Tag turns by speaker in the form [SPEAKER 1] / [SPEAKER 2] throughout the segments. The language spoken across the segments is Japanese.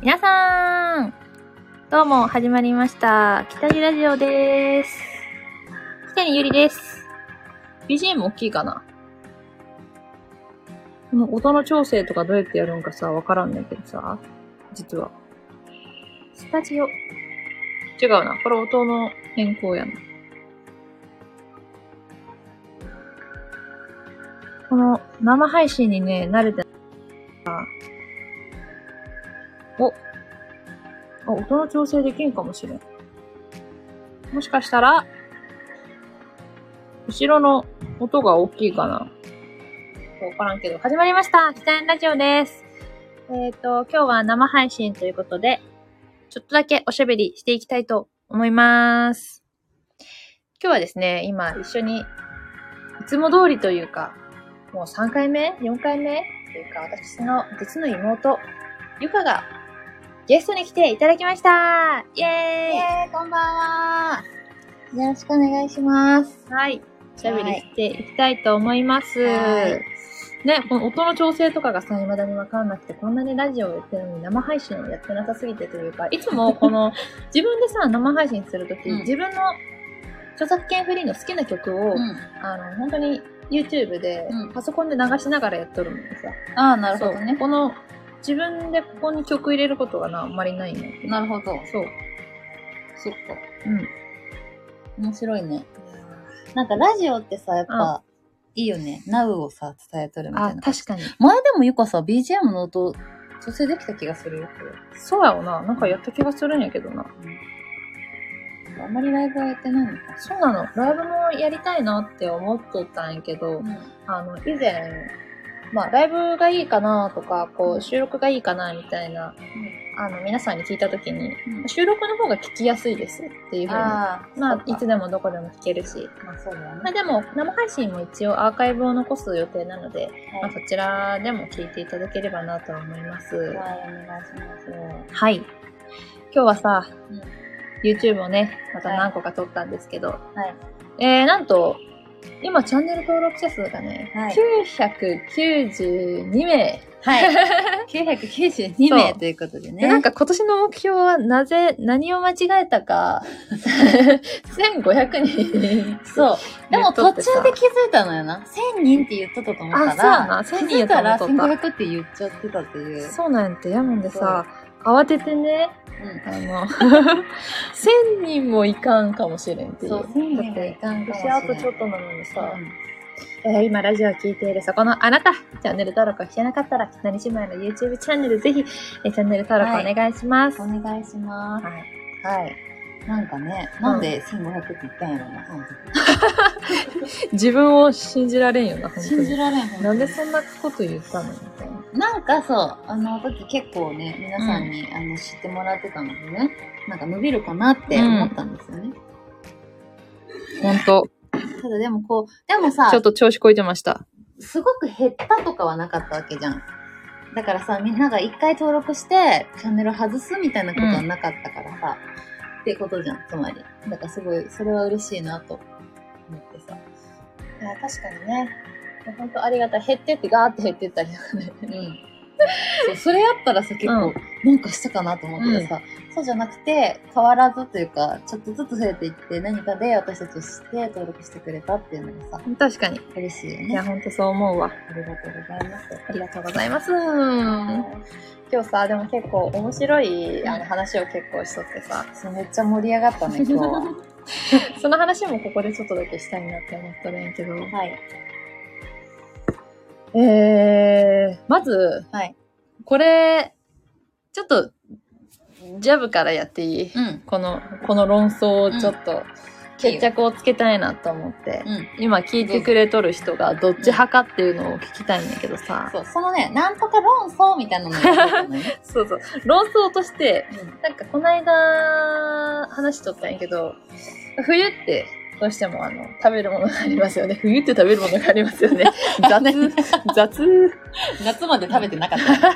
[SPEAKER 1] 皆さんどうも始まりました北にラジオです北にゆりです BGM 大きいかなこの音の調整とかどうやってやるんかさわからんねんけどさ実はスタジオ違うなこれ音の変更やなこの生配信にね、慣れてお。あ、音の調整できんかもしれん。もしかしたら、後ろの音が大きいかな。わからんけど。始まりました北園ラジオです。えっ、と、今日は生配信ということで、ちょっとだけおしゃべりしていきたいと思います。今日はですね、今一緒に、いつも通りというか、もう3回目 ?4 回目というか、私の実の妹、ゆかがゲストに来ていただきましたイ
[SPEAKER 2] イ
[SPEAKER 1] エーイ
[SPEAKER 2] エーイこんばんはよろしくお願いします。
[SPEAKER 1] はい。おしゃべりしていきたいと思います。
[SPEAKER 2] はい
[SPEAKER 1] ね、この音の調整とかがさ、未だにわかんなくて、こんなにラジオをやってるのに生配信をやってなさすぎてという か、いつもこの、自分でさ、生配信するとき、
[SPEAKER 2] うん
[SPEAKER 1] 自分の著作権フリーの好きな曲を、
[SPEAKER 2] うん。
[SPEAKER 1] あの、本当に YouTube で、
[SPEAKER 2] うん
[SPEAKER 1] パソコンで流しながらやっとるもんでさ。
[SPEAKER 2] ああ、なるほど
[SPEAKER 1] そう
[SPEAKER 2] ね。
[SPEAKER 1] この、自分でここに曲入れることがな、あんまりないんだけど。
[SPEAKER 2] なるほど。
[SPEAKER 1] そう。
[SPEAKER 2] そっか。
[SPEAKER 1] うん。
[SPEAKER 2] 面白いね。なんかラジオってさ、やっぱ、いいよね。ナウをさ、伝えとるみた
[SPEAKER 1] あ
[SPEAKER 2] い、な。
[SPEAKER 1] 確かに。
[SPEAKER 2] 前でもゆかさ、BGM の音、調整できた気がするよ、これ
[SPEAKER 1] そうやろな。なんかやった気がするんやけどな。
[SPEAKER 2] あんまりライブはやってないのか。
[SPEAKER 1] そうなの。ライブもやりたいなって思っとったんやけど、あの、以前、まあ、ライブがいいかなとか、こう、収録がいいかなみたいな、あの、皆さんに聞いたときに、
[SPEAKER 2] うん
[SPEAKER 1] 収録の方が聞きやすいですっていうふうに。
[SPEAKER 2] ああ、
[SPEAKER 1] ま
[SPEAKER 2] そ
[SPEAKER 1] あ
[SPEAKER 2] っ、か
[SPEAKER 1] いつでもどこでも聞けるし。
[SPEAKER 2] まあそうだよ
[SPEAKER 1] まあ、
[SPEAKER 2] ね。
[SPEAKER 1] でも、生配信も一応アーカイブを残す予定なので、まあ、そちらでも聞いていただければなとは思います。
[SPEAKER 2] はい、お願いします。
[SPEAKER 1] はい。今日はさ、
[SPEAKER 2] うん
[SPEAKER 1] YouTube をね、また何個か撮ったんですけど、
[SPEAKER 2] はい。
[SPEAKER 1] えー、なんと、今チャンネル登録者数がね、
[SPEAKER 2] はい
[SPEAKER 1] 992名、
[SPEAKER 2] はい。992名ということで
[SPEAKER 1] で
[SPEAKER 2] ね。
[SPEAKER 1] なんか今年の目標はなぜ、何を間違えた か、1500人。
[SPEAKER 2] そう。でも
[SPEAKER 1] 言
[SPEAKER 2] 途
[SPEAKER 1] っとってさ
[SPEAKER 2] 中で気づいたのよな。1000人って言っとったと思ったら、
[SPEAKER 1] あそうやな
[SPEAKER 2] 気づいたら
[SPEAKER 1] 1000人や
[SPEAKER 2] 1500って言っちゃってたっていう。
[SPEAKER 1] そうなんやって、やもんでさ、慌ててね、
[SPEAKER 2] う
[SPEAKER 1] あ の、1000人もいかんかもしれんってい
[SPEAKER 2] ん。
[SPEAKER 1] う。
[SPEAKER 2] そう、1000人はいかんかもし
[SPEAKER 1] 私
[SPEAKER 2] れな
[SPEAKER 1] あ
[SPEAKER 2] い。
[SPEAKER 1] とちょっ
[SPEAKER 2] と
[SPEAKER 1] となのにさ、えー今ラジオを聞いているそこのあなた、チャンネル登録をしてなかったら、ひとり姉妹の YouTube チャンネルぜひ、えーチャンネル登録お願いします。
[SPEAKER 2] お願いします。
[SPEAKER 1] はい
[SPEAKER 2] はい。なんかね、なんで1500って言ったんやろうな、あの時
[SPEAKER 1] 自分を信じられんよな、本当
[SPEAKER 2] 信じ
[SPEAKER 1] に。
[SPEAKER 2] られん、本当
[SPEAKER 1] な
[SPEAKER 2] に
[SPEAKER 1] んでそんなこと言ったのみたいな。
[SPEAKER 2] なんかそう、あの時結構ね、皆さんに、あの知ってもらってたのでね、なんか伸びるかなって思ったんですよね。
[SPEAKER 1] 本当
[SPEAKER 2] ただでもこう、でもさ、
[SPEAKER 1] と調子こいてました。
[SPEAKER 2] すごく減ったとかはなかったわけじゃん。だからさ、みんなが一回登録して、チャンネル外すみたいなことはなかったからさ、ってことじゃん、つまり。だからすごい、それは嬉しいなと思ってさ。
[SPEAKER 1] いや、確かにね。本当ありがたい。減ってってガーって減ってったりとかね。
[SPEAKER 2] うん。そう、それやったらさ、結構、なんかしたかなと思ったらさ、そうじゃなくて、変わらずというか、ちょっとずつ増えていって、何かで私たちを知って登録してくれたっていうのがさ、
[SPEAKER 1] 確かに。
[SPEAKER 2] 嬉しいよ
[SPEAKER 1] いや、
[SPEAKER 2] ね。
[SPEAKER 1] 本当そう思うわ。
[SPEAKER 2] ありがとうございます。
[SPEAKER 1] ありがとうございます。今日さ、でも結構面白いあの話を結構しとってさ。
[SPEAKER 2] そう、めっちゃ盛り上がったね、今日は。
[SPEAKER 1] その話もここでちょっとだけしたいなって思ったんやけど。
[SPEAKER 2] はい。
[SPEAKER 1] えー、まず、
[SPEAKER 2] はい。
[SPEAKER 1] これ、ちょっと、ジャブからやっていい、
[SPEAKER 2] うん。
[SPEAKER 1] この、この論争をちょっと、決着をつけたいなと思って、
[SPEAKER 2] うん。
[SPEAKER 1] 今聞いてくれとる人がどっち派かっていうのを聞きたいんだけどさ、
[SPEAKER 2] そう、そのね、なんとか論争みたいなのがあったのね
[SPEAKER 1] そうそう、論争として、
[SPEAKER 2] うん
[SPEAKER 1] なんかこの間、話しとったんやけど、冬って、どうしてもあの、食べるものがありますよね。 冬って食べるものがありますよ ね。 雑、雑。
[SPEAKER 2] 夏まで食べてなかった。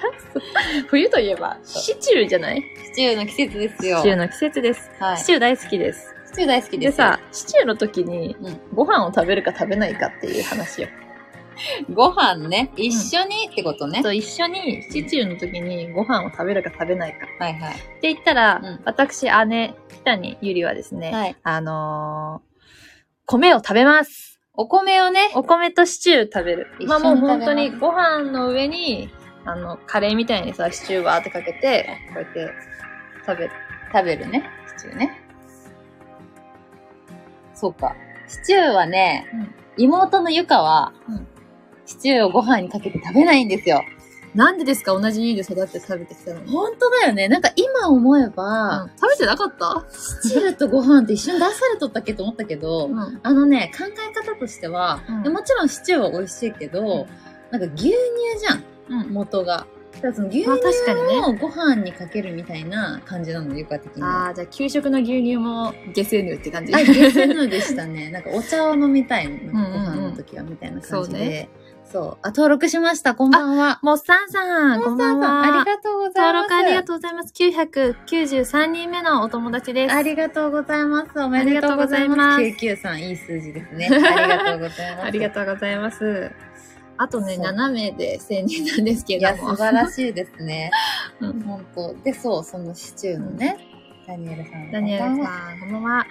[SPEAKER 1] 冬といえば、シチューじゃない
[SPEAKER 2] シチューの季節です
[SPEAKER 1] シ
[SPEAKER 2] よ。
[SPEAKER 1] チューの季節です。
[SPEAKER 2] はい。
[SPEAKER 1] シ
[SPEAKER 2] シ
[SPEAKER 1] チュー大好きです。
[SPEAKER 2] チュー大好き
[SPEAKER 1] で
[SPEAKER 2] ですよ。
[SPEAKER 1] さ、シチューの時に
[SPEAKER 2] うん、
[SPEAKER 1] ご飯を食べるか食べないかっていう話よ。
[SPEAKER 2] ご飯ね、一緒にってことね。
[SPEAKER 1] そう、一緒にシチューの時にご飯を食べるか食べないか。
[SPEAKER 2] はいはい。
[SPEAKER 1] って言ったら、
[SPEAKER 2] うん
[SPEAKER 1] 私、姉、北にゆりはですね、
[SPEAKER 2] はい。
[SPEAKER 1] あのー米を食べます。
[SPEAKER 2] お米をね、
[SPEAKER 1] お米とシチュー食べる。
[SPEAKER 2] 一緒に
[SPEAKER 1] まあもう本当
[SPEAKER 2] 食
[SPEAKER 1] に
[SPEAKER 2] べ
[SPEAKER 1] ご飯の上に、あの、カレーみたいにさ、シチューわーってかけて、こうやって食べる。
[SPEAKER 2] 食べるね、シチューね。そうか。シチューはね、
[SPEAKER 1] うん
[SPEAKER 2] 妹のゆかは、
[SPEAKER 1] うん
[SPEAKER 2] シチューをご飯にかけて食べないんですよ。
[SPEAKER 1] なんでですか同じ家で育って食べてきたのに。
[SPEAKER 2] 本当だよね。なんか今思えば、
[SPEAKER 1] 食べてなかった
[SPEAKER 2] シチューとご飯って一緒に出されとったっけと思ったけど、
[SPEAKER 1] うん。
[SPEAKER 2] あのね、考え方としては、
[SPEAKER 1] うん
[SPEAKER 2] もちろんシチューは美味しいけど、なんか牛乳じゃん。
[SPEAKER 1] うん。
[SPEAKER 2] 元が。だからその牛乳
[SPEAKER 1] まあ
[SPEAKER 2] を
[SPEAKER 1] 確かにね
[SPEAKER 2] ご飯にかけるみたいな感じなの、ゆか的に
[SPEAKER 1] あ
[SPEAKER 2] は。
[SPEAKER 1] あ、じゃあ給食の牛乳もゲセヌって感じ。
[SPEAKER 2] あ、ゲスヌーでしたね。 なんかお茶を飲みたい。なんか
[SPEAKER 1] うんうんうん
[SPEAKER 2] ご飯の時はみたいな感じで。
[SPEAKER 1] そうね
[SPEAKER 2] そう。あ、登録しました。こんばんは。
[SPEAKER 1] もっさんさん、こんばんは。
[SPEAKER 2] ありがとうござい
[SPEAKER 1] 登
[SPEAKER 2] ます。
[SPEAKER 1] 録ありがとうございます。993人目のお友達です。
[SPEAKER 2] ありがとうございます。おめでとうございます。993、いい数字ですね。ありがとうございま す。
[SPEAKER 1] ありがとうございます。あとね、
[SPEAKER 2] そう
[SPEAKER 1] 7名で1000人なんですけ
[SPEAKER 2] い
[SPEAKER 1] ど
[SPEAKER 2] や、
[SPEAKER 1] も。
[SPEAKER 2] 素晴らしいですね。
[SPEAKER 1] うん
[SPEAKER 2] 本当で、そう、そのシチューのね、ダニエルさ ん。
[SPEAKER 1] ダニエルさん、こんばんは。
[SPEAKER 2] ん。はい、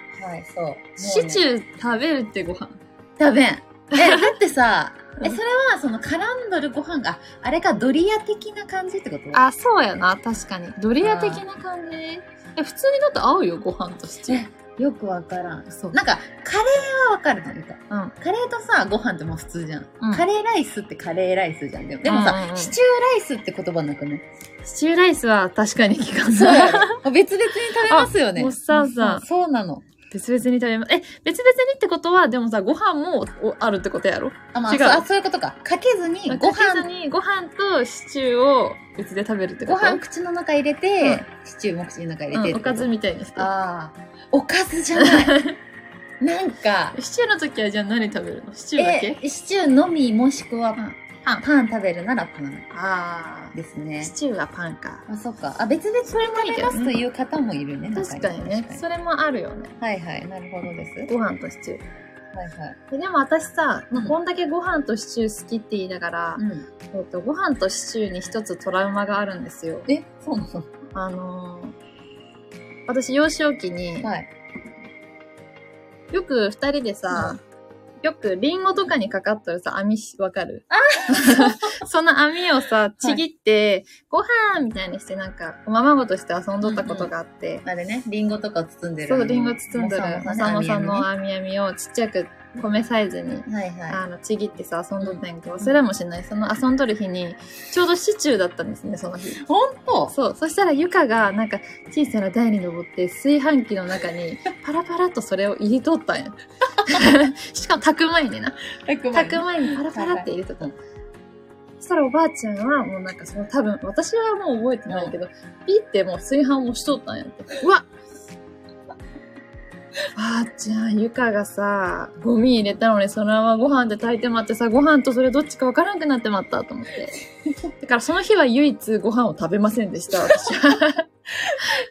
[SPEAKER 2] そう。もうね
[SPEAKER 1] シチュー食べるってご飯。
[SPEAKER 2] 食べん。え、だってさ
[SPEAKER 1] 、うん
[SPEAKER 2] え、それは、その、絡んどるご飯が、ああれか、ドリア的な感じってこと、
[SPEAKER 1] あ、そうやな、確かに。ドリア的な感じ。え、普通にだって合うよ、ご飯とシチュー。
[SPEAKER 2] え、よくわからん。
[SPEAKER 1] そう。
[SPEAKER 2] なんか、カレーはわかるのみたい
[SPEAKER 1] うん。うん
[SPEAKER 2] カレーとさ、ご飯ってもう普通じゃん,、
[SPEAKER 1] うん
[SPEAKER 2] カレーライスってカレーライスじゃん。でもでもさ、
[SPEAKER 1] うんうんうん
[SPEAKER 2] シチューライスって言葉なくね。
[SPEAKER 1] シチューライスは確かに聞か
[SPEAKER 2] そう
[SPEAKER 1] な
[SPEAKER 2] や
[SPEAKER 1] い。
[SPEAKER 2] ろ。別々に食べますよね。
[SPEAKER 1] あおっさんさん
[SPEAKER 2] うそうなの。
[SPEAKER 1] 別々に食べます。え、別々にってことは、でもさ、ご飯もおあるってことやろ
[SPEAKER 2] あ、ま
[SPEAKER 1] 違
[SPEAKER 2] あ、
[SPEAKER 1] う
[SPEAKER 2] そうあそういうことか。かけずに、
[SPEAKER 1] ご
[SPEAKER 2] ご
[SPEAKER 1] 飯
[SPEAKER 2] 飯、
[SPEAKER 1] にご飯とシチューを別で食べるってこ
[SPEAKER 2] ご
[SPEAKER 1] と
[SPEAKER 2] 飯口の中入れて、シチューも口の中入れてっ
[SPEAKER 1] う
[SPEAKER 2] て
[SPEAKER 1] ん、お
[SPEAKER 2] こと、
[SPEAKER 1] かずみたいにして。
[SPEAKER 2] ああ、おかずじゃ ない。なんか、
[SPEAKER 1] シチューの時はじゃあ何食べるのシチューだけ
[SPEAKER 2] え、シチューのみもしくはパン。
[SPEAKER 1] パン
[SPEAKER 2] パン食べるならパン
[SPEAKER 1] あ
[SPEAKER 2] です
[SPEAKER 1] あ
[SPEAKER 2] ね
[SPEAKER 1] シ。チューはパンか。
[SPEAKER 2] あ、そっか。あ、別々に食
[SPEAKER 1] いいけ
[SPEAKER 2] べ
[SPEAKER 1] ど
[SPEAKER 2] ま
[SPEAKER 1] ね
[SPEAKER 2] すという方もいるね。中
[SPEAKER 1] 確かにね。
[SPEAKER 2] 確か
[SPEAKER 1] それもあるよね。
[SPEAKER 2] にはいはい。なるほどです。はい
[SPEAKER 1] ご飯とシチュー。
[SPEAKER 2] はい。
[SPEAKER 1] ででも私さ、まあ
[SPEAKER 2] うん
[SPEAKER 1] こんだけご飯とシチュー好きって言いながら、
[SPEAKER 2] うん。
[SPEAKER 1] えっと、ご飯とシチューに一つトラウマがあるんですよ。
[SPEAKER 2] え、そうなの
[SPEAKER 1] あのー私幼少期に、
[SPEAKER 2] はい。
[SPEAKER 1] よく二人でさ、よくリンゴとかにかかっとるさ、網し、わかる その網をさ、ちぎって、ご飯みたいにしてなんか、おままごとして遊んどったことがあって、
[SPEAKER 2] あれね、リンゴとかを包んでる。
[SPEAKER 1] そう、リンゴ包んでる、
[SPEAKER 2] ま
[SPEAKER 1] ま
[SPEAKER 2] さ
[SPEAKER 1] さ
[SPEAKER 2] の
[SPEAKER 1] の
[SPEAKER 2] さ
[SPEAKER 1] さ
[SPEAKER 2] ん
[SPEAKER 1] ん
[SPEAKER 2] の
[SPEAKER 1] の網網をちっちゃく米サイズに、
[SPEAKER 2] 網やね。はいは
[SPEAKER 1] あの、ちぎってさ、遊んどったんやけど、忘れもしない。その遊んどる日に、ちょうどシチューだったんですね、その日。
[SPEAKER 2] い。ほんと
[SPEAKER 1] そう。そしたら、ゆかが、なんか、小さな台に登って、炊飯器の中に、パラパラっとそれを入れとったんや。しかも、炊く前にな。
[SPEAKER 2] 炊
[SPEAKER 1] 炊く前にパラパラって入れとったの。そしたら、おばあちゃんは、もうなんか、その、多分、私はもう覚えてないけど、ピってもう炊飯をしとったんやって。うわばあちゃん、ゆかがさ、ゴミ入れたのに、そのままご飯で炊いてまってさ、ご飯とそれどっちかわからなくなってまったと思 って。だからその日は唯一ご飯を食べませんでした、私 は。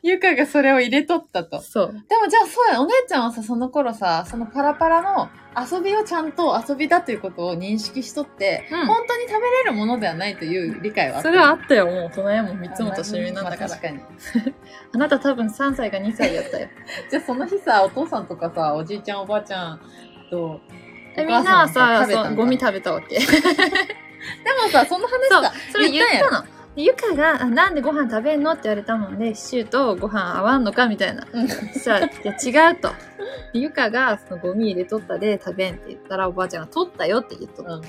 [SPEAKER 2] ゆかがそれを入れとったと。
[SPEAKER 1] そう。
[SPEAKER 2] でもじゃあそうや、お姉ちゃんはさ、その頃さ、そのパラパラの遊びをちゃんと遊びだということを認識しとって、
[SPEAKER 1] うん
[SPEAKER 2] 本当に食べれるものではないという理解はあっ
[SPEAKER 1] そ
[SPEAKER 2] た
[SPEAKER 1] れはあったよ、もう大人やもん、三つも年上なんだか
[SPEAKER 2] ま
[SPEAKER 1] ら
[SPEAKER 2] あ。確かに。
[SPEAKER 1] あなた多分3歳か2歳やったよ。
[SPEAKER 2] じゃあその日さ、お父さんとかさ、おじいちゃんおばあちゃんと、
[SPEAKER 1] え
[SPEAKER 2] お
[SPEAKER 1] みん
[SPEAKER 2] 母
[SPEAKER 1] なは
[SPEAKER 2] ん
[SPEAKER 1] さ、
[SPEAKER 2] 食べたん
[SPEAKER 1] そ
[SPEAKER 2] だ
[SPEAKER 1] うゴミ食べたわけ。
[SPEAKER 2] でもさ、その話
[SPEAKER 1] そう
[SPEAKER 2] さ、、
[SPEAKER 1] それ言
[SPEAKER 2] 言
[SPEAKER 1] っ
[SPEAKER 2] ったやん
[SPEAKER 1] たの。でゆかが、あなんでご飯食べんのって言われたもんで、シチューとご飯合わんのかみたいな。
[SPEAKER 2] うん
[SPEAKER 1] さあ、いや違うと。でゆかが、そのゴミ入れとったで食べんって言ったら、おばあちゃんが取ったよって言っとった。
[SPEAKER 2] う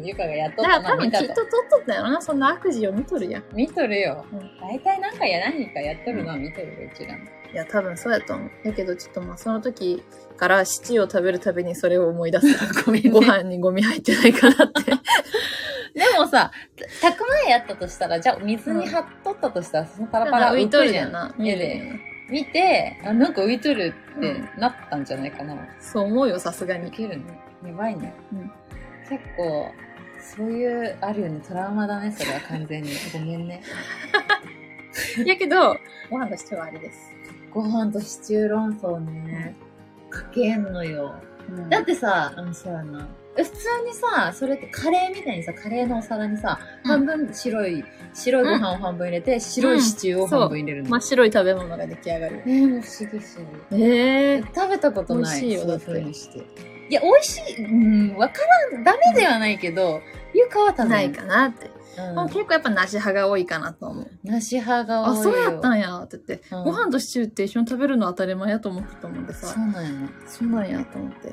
[SPEAKER 2] ん。ゆかがやっと
[SPEAKER 1] だ
[SPEAKER 2] っ
[SPEAKER 1] か
[SPEAKER 2] た
[SPEAKER 1] ら多
[SPEAKER 2] の見
[SPEAKER 1] 分き
[SPEAKER 2] た
[SPEAKER 1] っと
[SPEAKER 2] と。
[SPEAKER 1] 取っとったよな、そんな悪事を見とるやん。
[SPEAKER 2] 見とるよ
[SPEAKER 1] うん。
[SPEAKER 2] 大体なんかや何かやっとるのは見とるよ、うちらも。
[SPEAKER 1] いや、多分そうやと思う。だけど、ちょっとまあ、その時からシチューを食べるたびにそれを思い出 す。
[SPEAKER 2] ごめんね
[SPEAKER 1] ご飯にゴミ入ってないかなって。
[SPEAKER 2] でもさ、た炊く前やったとしたら、じゃあ水に貼っとったとしたら、そのパラパラ
[SPEAKER 1] 浮いとるや
[SPEAKER 2] 浮く
[SPEAKER 1] な。
[SPEAKER 2] 家
[SPEAKER 1] る
[SPEAKER 2] で
[SPEAKER 1] よな。
[SPEAKER 2] 見て、あ、なんか浮いとるってなったんじゃないかな。
[SPEAKER 1] そう思うよ、さすが
[SPEAKER 2] い
[SPEAKER 1] に。
[SPEAKER 2] けるね。やばいね。
[SPEAKER 1] うん
[SPEAKER 2] 結構、そういう、あるよね。トラウマだね、それは完全に。ごめんね。
[SPEAKER 1] やけど、ご飯とシチューはあれです。
[SPEAKER 2] ご飯とシチュー論争ね。かけんのよ。だってさ、あの、そうやな。え普通にさ、それってカレーみたいにさ、カレーのお皿にさ、
[SPEAKER 1] うん
[SPEAKER 2] 半分白い、白いご飯を半分入れて、白いシチューを半分入れるの。
[SPEAKER 1] 真っ白い食べ物が出来上がる。
[SPEAKER 2] えー、もう不思議不思議。
[SPEAKER 1] ええ
[SPEAKER 2] 食べたことない。
[SPEAKER 1] 美味しいよ
[SPEAKER 2] そうう
[SPEAKER 1] だって
[SPEAKER 2] 風にして。いや、美味しい、うん、わからん、ダメではないけど、ゆかは食べ
[SPEAKER 1] ないかなって。
[SPEAKER 2] な
[SPEAKER 1] まあ
[SPEAKER 2] うん。
[SPEAKER 1] 結構やっぱ梨派が多いかなと思う。
[SPEAKER 2] 梨派が多い
[SPEAKER 1] あ、
[SPEAKER 2] よ。
[SPEAKER 1] そうやったんやって言って、
[SPEAKER 2] うん
[SPEAKER 1] ご飯とシチューって一緒に食べるの当たり前やと思ってたもんで
[SPEAKER 2] そ
[SPEAKER 1] さ
[SPEAKER 2] う。なんや。
[SPEAKER 1] そうなんやと思って。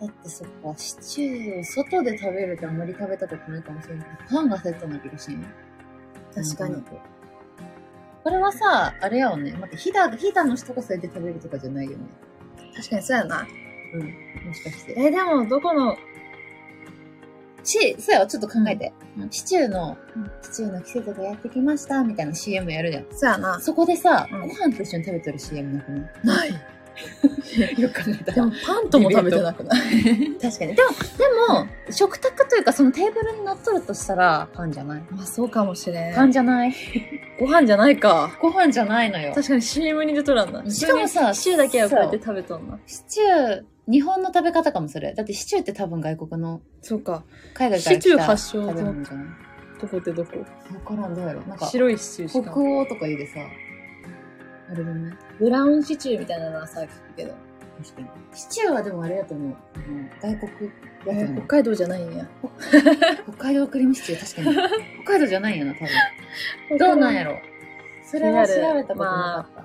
[SPEAKER 2] だってそっか、シチューを外で食べるってあんまり食べたことないかもしれない。パンがセットな気がしない
[SPEAKER 1] 確かに。
[SPEAKER 2] これはさ、あれやよね。待って、ひだ、ひだの人がそれで食べるとかじゃないよね。
[SPEAKER 1] 確かにそうやな。
[SPEAKER 2] うん。もしかして。
[SPEAKER 1] え、でもどこの、
[SPEAKER 2] し、そうや、ちょっと考えて。
[SPEAKER 1] うん
[SPEAKER 2] シチューの、
[SPEAKER 1] うん
[SPEAKER 2] シチューの季節がやってきました、みたいな CM やるじゃん。
[SPEAKER 1] そうやな。
[SPEAKER 2] そこでさ、
[SPEAKER 1] うん
[SPEAKER 2] ご飯と一緒に食べてる CM なくな
[SPEAKER 1] ない。
[SPEAKER 2] い よく考えた
[SPEAKER 1] でも
[SPEAKER 2] ら。
[SPEAKER 1] パンとも食べてなくない
[SPEAKER 2] 確かに。でも、でも、食卓というかそのテーブルに乗っとるとしたら、パンじゃない
[SPEAKER 1] まあそうかもしれ
[SPEAKER 2] パン
[SPEAKER 1] ん。
[SPEAKER 2] じゃない。
[SPEAKER 1] ご飯じゃないか。
[SPEAKER 2] ご飯じゃないのよ。
[SPEAKER 1] 確かに CM に出とらんな。
[SPEAKER 2] しかもさ
[SPEAKER 1] シチューだけはこうやって食べとんな。
[SPEAKER 2] シチュー、日本の食べ方かもそれ。だってシチューって多分外国の、
[SPEAKER 1] そうか。
[SPEAKER 2] 海外から
[SPEAKER 1] シチュ
[SPEAKER 2] 来
[SPEAKER 1] ー
[SPEAKER 2] た
[SPEAKER 1] 発祥
[SPEAKER 2] 食
[SPEAKER 1] の
[SPEAKER 2] べ物じゃない
[SPEAKER 1] どこってどこ
[SPEAKER 2] わからん、どうやろなんか、
[SPEAKER 1] 白いシチューし
[SPEAKER 2] 北
[SPEAKER 1] かも。
[SPEAKER 2] 欧とか言うでさ、あれだね。
[SPEAKER 1] ブラウンシチューみたいなのはさ、聞くけど。
[SPEAKER 2] 確かに。シチューはでもあれやと思う。あの外国
[SPEAKER 1] え
[SPEAKER 2] やと
[SPEAKER 1] ー
[SPEAKER 2] 思
[SPEAKER 1] 北
[SPEAKER 2] う。
[SPEAKER 1] 海道じゃないんや。
[SPEAKER 2] 北海道クリームシチュー、確 かに。北海道じゃないんやな、多分。どうなんやろそれは調べたことなかっ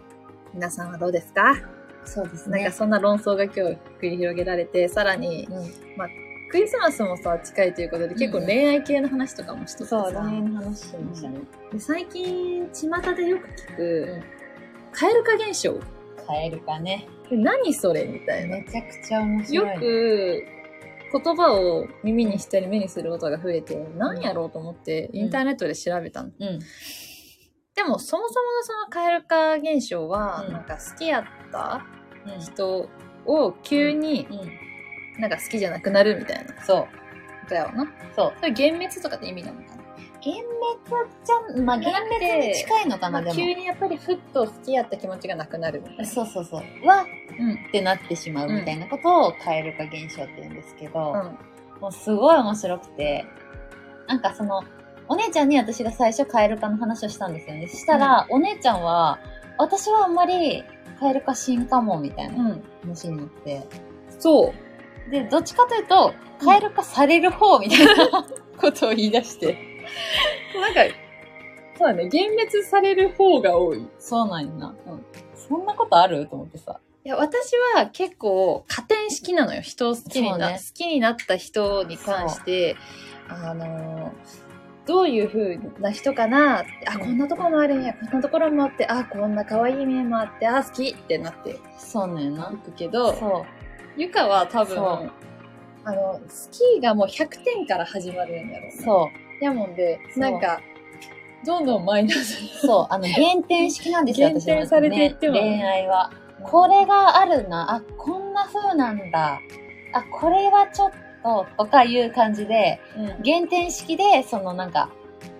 [SPEAKER 1] 皆さんはどうですか、
[SPEAKER 2] た。そうです
[SPEAKER 1] なん
[SPEAKER 2] ね
[SPEAKER 1] か。そんな論争が今日繰り広げられて、さらに
[SPEAKER 2] うん
[SPEAKER 1] クリスマスもさ、近いということで、結構恋愛系の話とかもしとってさ、
[SPEAKER 2] そう、恋愛の話しましたね。
[SPEAKER 1] で最近、巷でよく聞
[SPEAKER 2] うん
[SPEAKER 1] く、カエル化現象。
[SPEAKER 2] カエルかね。
[SPEAKER 1] で何それみたいな。
[SPEAKER 2] めちゃくちゃ面
[SPEAKER 1] よ
[SPEAKER 2] 白いね。
[SPEAKER 1] く、言葉を耳にしたり目にすることが増えて、何やろうと思って、インターネットで調べたの。
[SPEAKER 2] うん。
[SPEAKER 1] でも、そもそものそのカエル化現象は、
[SPEAKER 2] うん
[SPEAKER 1] なんか好きやった人を急に
[SPEAKER 2] うん。うん。
[SPEAKER 1] なんか好きじゃなくなるみたいな
[SPEAKER 2] そう。
[SPEAKER 1] ことやろな。
[SPEAKER 2] そう。
[SPEAKER 1] それ幻滅とかって意味なのかな
[SPEAKER 2] 幻滅じゃん、まあ、幻滅に近いのか
[SPEAKER 1] ま
[SPEAKER 2] な、で
[SPEAKER 1] あ、
[SPEAKER 2] も。
[SPEAKER 1] 急にやっぱりふっと好きやった気持ちがなくなるみたいな。
[SPEAKER 2] そうそうそう。わ
[SPEAKER 1] うん。
[SPEAKER 2] ってなってしまうみたいなことをカエル化現象って言うんですけど、
[SPEAKER 1] うん。
[SPEAKER 2] もうすごい面白くて、なんかその、お姉ちゃんに私が最初カエル化の話をしたんですよね。したら、お姉ちゃんは、私はあんまりカエル化しんかも、みたいな
[SPEAKER 1] うん。
[SPEAKER 2] 話になって。
[SPEAKER 1] そう。
[SPEAKER 2] で、どっちかというと、カエル化される方、みたいなことを言い出して。
[SPEAKER 1] なんか、そうだね。幻滅される方が多い。い
[SPEAKER 2] そうなんやな。
[SPEAKER 1] うん
[SPEAKER 2] そんなことあると思ってさ。
[SPEAKER 1] や、私は結構、加点式なのよ。人を好きに
[SPEAKER 2] そう
[SPEAKER 1] な、
[SPEAKER 2] ね
[SPEAKER 1] 好きになった人に関して、あのーどういう風な人かなあ、
[SPEAKER 2] うん
[SPEAKER 1] こんなとこもあるんや、こんなところもあって、あ、こんな可愛い面もあって、あ、好きってなって。
[SPEAKER 2] そうなんやない
[SPEAKER 1] くけど、
[SPEAKER 2] そう。
[SPEAKER 1] ゆかは多分
[SPEAKER 2] そう、
[SPEAKER 1] あの、スキーがもう100点から始まるんだろうな。
[SPEAKER 2] そう。
[SPEAKER 1] やもんで、
[SPEAKER 2] そう
[SPEAKER 1] なんか、どんどんマイナス。
[SPEAKER 2] そう、 あの、減点式なんですよ、
[SPEAKER 1] 減
[SPEAKER 2] 私
[SPEAKER 1] 点されていっても
[SPEAKER 2] ね恋愛は。これがあるな、あ、こんな風なんだ、あ、これはちょっと、とかいう感じで、
[SPEAKER 1] うん
[SPEAKER 2] 減点式で、そのなんか、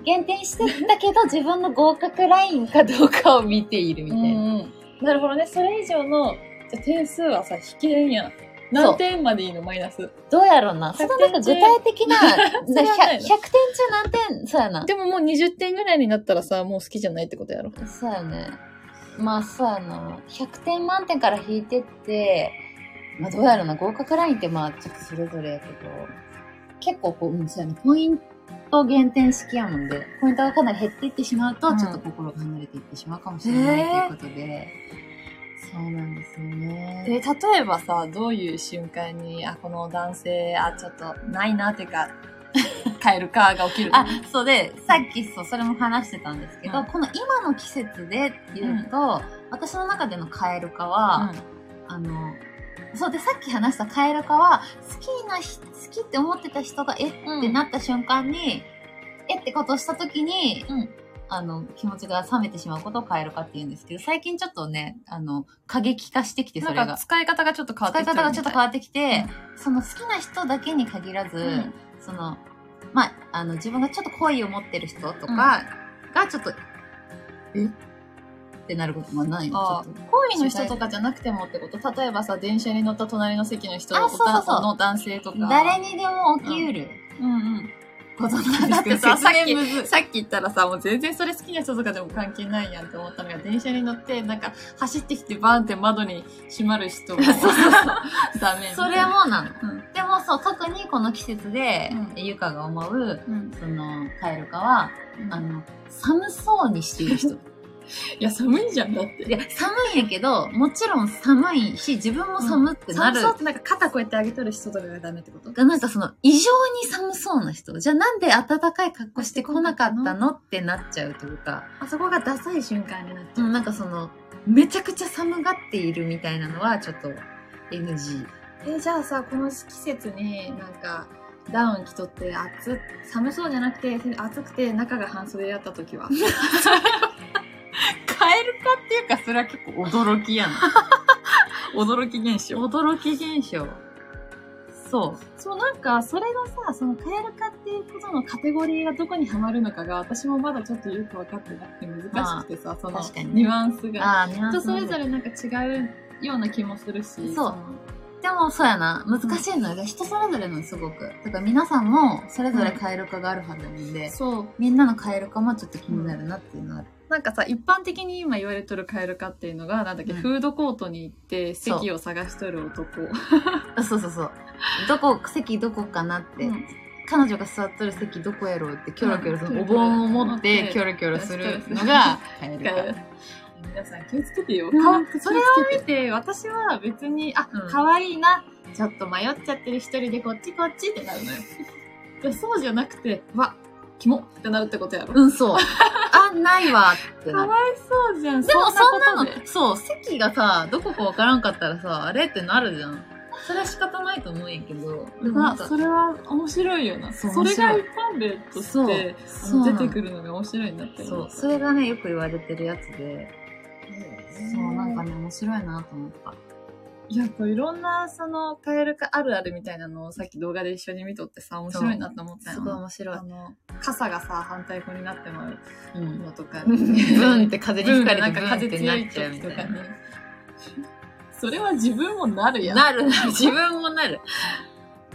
[SPEAKER 2] 減点してた けど、自分の合格ラインかどうかを見ているみたいな。
[SPEAKER 1] なるほどね。それ以上の、じゃあ点数はさ、引けんやん。何点までいいのマイナス。
[SPEAKER 2] どうやろうな。そのなんか具体的な、
[SPEAKER 1] それはない
[SPEAKER 2] 100, 100点中何点そうやな。
[SPEAKER 1] でももう20点ぐらいになったらさ、もう好きじゃないってことやろ。
[SPEAKER 2] そうやね。まあそうやな。100点満点から引いてって、まあどうやろうな、合格ラインってまあちょっとそれぞれやけど、結構こう、うん、そうやね、ポイント減点式やもんで、ポイントがかなり減っていってしまうと、
[SPEAKER 1] うん
[SPEAKER 2] ちょっと心が離れていってしまうかもしれないということで、そうなんですよね。
[SPEAKER 1] で、例えばさ、どういう瞬間に、あ、この男性、あ、ちょっと、ないなって か、カエルかが起きる
[SPEAKER 2] あ、そうで、さっきそう、それも話してたんですけど、
[SPEAKER 1] うん
[SPEAKER 2] この今の季節でっていうと、私の中でのカエル化は、あの、そうで、さっき話したカエル化は、好きなひ、好きって思ってた人が、えっ
[SPEAKER 1] うん
[SPEAKER 2] てなった瞬間に、えってことをした時に、
[SPEAKER 1] うん
[SPEAKER 2] あの、気持ちが冷めてしまうことをカエル化って言うんですけど、最近ちょっとね、あの、過激化してきて、それ
[SPEAKER 1] なんか
[SPEAKER 2] が。
[SPEAKER 1] 使い方がちょっと変わって
[SPEAKER 2] 使い
[SPEAKER 1] きて
[SPEAKER 2] 方がちょっと変わってきて
[SPEAKER 1] み、
[SPEAKER 2] その好きな人だけに限らず、
[SPEAKER 1] うん
[SPEAKER 2] その、まあ、あの、自分がちょっと好意を持ってる人とかが、ちょっと、えってなることがない
[SPEAKER 1] あ
[SPEAKER 2] の
[SPEAKER 1] ー
[SPEAKER 2] ちょっ
[SPEAKER 1] 恋の人とかじゃなくてもってこと例えばさ電車に乗った隣の席の人
[SPEAKER 2] あ
[SPEAKER 1] お
[SPEAKER 2] そうそう
[SPEAKER 1] 母
[SPEAKER 2] そう
[SPEAKER 1] さんの男性とか
[SPEAKER 2] と誰にでも起きうる
[SPEAKER 1] うんうん
[SPEAKER 2] ことなんで
[SPEAKER 1] だ
[SPEAKER 2] す
[SPEAKER 1] っ
[SPEAKER 2] けど
[SPEAKER 1] てささっ
[SPEAKER 2] 説
[SPEAKER 1] き
[SPEAKER 2] 明むずい
[SPEAKER 1] さっき言ったらさもう全然それ好きな人とかでも関係ないやんって思ったのが電車に乗ってなんか走ってきてバーンって窓に閉まる 人もダメみたいな
[SPEAKER 2] それもなの、
[SPEAKER 1] うん
[SPEAKER 2] でもそう特にこの季節で、ゆかが思う
[SPEAKER 1] うん
[SPEAKER 2] そのカエルカは
[SPEAKER 1] うん
[SPEAKER 2] あの寒そうにしている人
[SPEAKER 1] いや寒いじゃんだって
[SPEAKER 2] いや寒いんやけどもちろん寒いし自分も寒くなる、
[SPEAKER 1] 寒そうってなんか肩こうやって上げとる人とかがダメってこと
[SPEAKER 2] がなんかその異常に寒そうな人じゃあなんで暖かい格好してこなかったのってなっちゃうというか、
[SPEAKER 1] あそこがダサい瞬間になっち
[SPEAKER 2] う、
[SPEAKER 1] ゃうん
[SPEAKER 2] なんかそのめちゃくちゃ寒がっているみたいなのはちょっと NG
[SPEAKER 1] えじゃあさこの季節になんかダウン着とって暑寒そうじゃなくて暑くて中が半袖やった時は
[SPEAKER 2] カエル化っていうかそれは結構驚きや な
[SPEAKER 1] 驚き現象
[SPEAKER 2] 驚き現象そう
[SPEAKER 1] そうなんかそれがさそのカエル化っていうことのカテゴリーがどこにはまるのかが私もまだちょっとよく分かってなくて難しくてさ、その
[SPEAKER 2] 確かに
[SPEAKER 1] ニュアンスが
[SPEAKER 2] ああニュアン
[SPEAKER 1] 人
[SPEAKER 2] ス
[SPEAKER 1] それぞ
[SPEAKER 2] れ
[SPEAKER 1] れなんか違うような気もするし
[SPEAKER 2] そう
[SPEAKER 1] の
[SPEAKER 2] でもそうやな難しいのよ、人それぞれのすごくだから皆さんもそれぞれカエル化があるはずなんで、
[SPEAKER 1] そう
[SPEAKER 2] みんなのカエル化もちょっと気になるなっていうのはある、
[SPEAKER 1] なんかさ一般的に今言われとるカエル化っていうのがなんだっけ、
[SPEAKER 2] うん
[SPEAKER 1] フードコートに行って
[SPEAKER 2] そう
[SPEAKER 1] 席を探しとる男
[SPEAKER 2] あそうそうそうどこ席どこかなって、
[SPEAKER 1] うん
[SPEAKER 2] 彼女が座っとる席どこやろうってキョロキョロそ
[SPEAKER 1] うん
[SPEAKER 2] のお盆を持って
[SPEAKER 1] うん
[SPEAKER 2] キョロキョロするのがカエル
[SPEAKER 1] だから
[SPEAKER 2] 化
[SPEAKER 1] 皆さん気をつけてよ。
[SPEAKER 2] うん
[SPEAKER 1] かそれを見て、私は別に、あ
[SPEAKER 2] うん、
[SPEAKER 1] 可愛いな。ちょっと迷っちゃってる一人でこっちこっちってな るのよ。でそうじゃなくて、わ、キモってなるってことやろ。
[SPEAKER 2] うんそうあないわっ
[SPEAKER 1] か
[SPEAKER 2] て なる
[SPEAKER 1] わいそうじゃん。
[SPEAKER 2] でもそんな
[SPEAKER 1] こと
[SPEAKER 2] の
[SPEAKER 1] で
[SPEAKER 2] そう席がさどこかわからんかったらさあれってなるじゃんそれは仕方ないと思うんやけど
[SPEAKER 1] でもなんかそれは面白いよな。
[SPEAKER 2] そう
[SPEAKER 1] それが
[SPEAKER 2] 面
[SPEAKER 1] 一般例と
[SPEAKER 2] そ
[SPEAKER 1] し
[SPEAKER 2] う
[SPEAKER 1] てあ
[SPEAKER 2] そう
[SPEAKER 1] の
[SPEAKER 2] な
[SPEAKER 1] 出
[SPEAKER 2] の
[SPEAKER 1] てくるのが面白いなって
[SPEAKER 2] そ
[SPEAKER 1] 思
[SPEAKER 2] うそれがねよく言われてるやつでそうなんかね面白いなと思った
[SPEAKER 1] いや、こういろんな、その、カエル化あるあるみたいなのをさっき動画で一緒に見とってさ、面白いなと思ったよ
[SPEAKER 2] すごい面白い
[SPEAKER 1] あ、の、傘がさ、反対語になってもらう
[SPEAKER 2] うん、
[SPEAKER 1] のとか。
[SPEAKER 2] ブンって風に
[SPEAKER 1] ブン
[SPEAKER 2] 吹
[SPEAKER 1] が
[SPEAKER 2] かれ
[SPEAKER 1] な
[SPEAKER 2] て
[SPEAKER 1] ん
[SPEAKER 2] ブ
[SPEAKER 1] か
[SPEAKER 2] ンっ
[SPEAKER 1] 風
[SPEAKER 2] て
[SPEAKER 1] 強
[SPEAKER 2] なっ
[SPEAKER 1] い
[SPEAKER 2] ちゃう
[SPEAKER 1] 時
[SPEAKER 2] み
[SPEAKER 1] と
[SPEAKER 2] た
[SPEAKER 1] か
[SPEAKER 2] いな
[SPEAKER 1] ね。それは自分もなるやん。
[SPEAKER 2] なるなる、 自分もなる。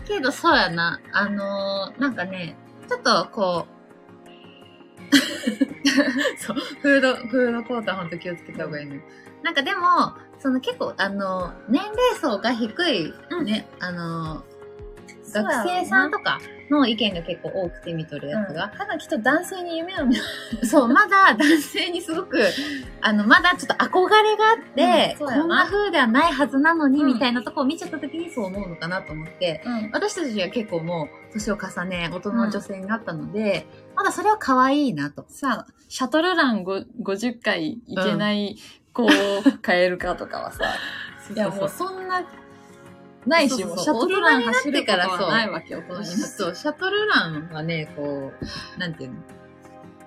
[SPEAKER 2] けど、そうやな。あのーなんかね、ちょっとこう、 そう、フード、フードコートはほんと気をつけた方がいいね。なんかでも、その結構、あのー年齢層が低い、ね、あのー
[SPEAKER 1] そうやろな
[SPEAKER 2] 学生さんとかの意見が結構多くて見とるやつが、
[SPEAKER 1] ただきっと男性に夢を見る。
[SPEAKER 2] そう、まだ男性にすごく、あの、まだちょっと憧れがあって、
[SPEAKER 1] うんそうやな
[SPEAKER 2] こんな風ではないはずなのに、
[SPEAKER 1] うん
[SPEAKER 2] みたいなとこを見ちゃった時にそう思うのかなと思って、私たちは結構もう、年を重ね、大人の女性になったので、まだそれは可愛いなと。
[SPEAKER 1] さあ、シャトルランご50回いけない子を変えるかとかはさ、いやもうそんな、ないし、
[SPEAKER 2] そう
[SPEAKER 1] も
[SPEAKER 2] そうう
[SPEAKER 1] シ
[SPEAKER 2] そ
[SPEAKER 1] ャ
[SPEAKER 2] う
[SPEAKER 1] トルラン走ること
[SPEAKER 2] 大人になってからそ
[SPEAKER 1] は
[SPEAKER 2] う
[SPEAKER 1] ないわけよ、大人になって
[SPEAKER 2] そう、シャトルランはね、こう、なんていうの、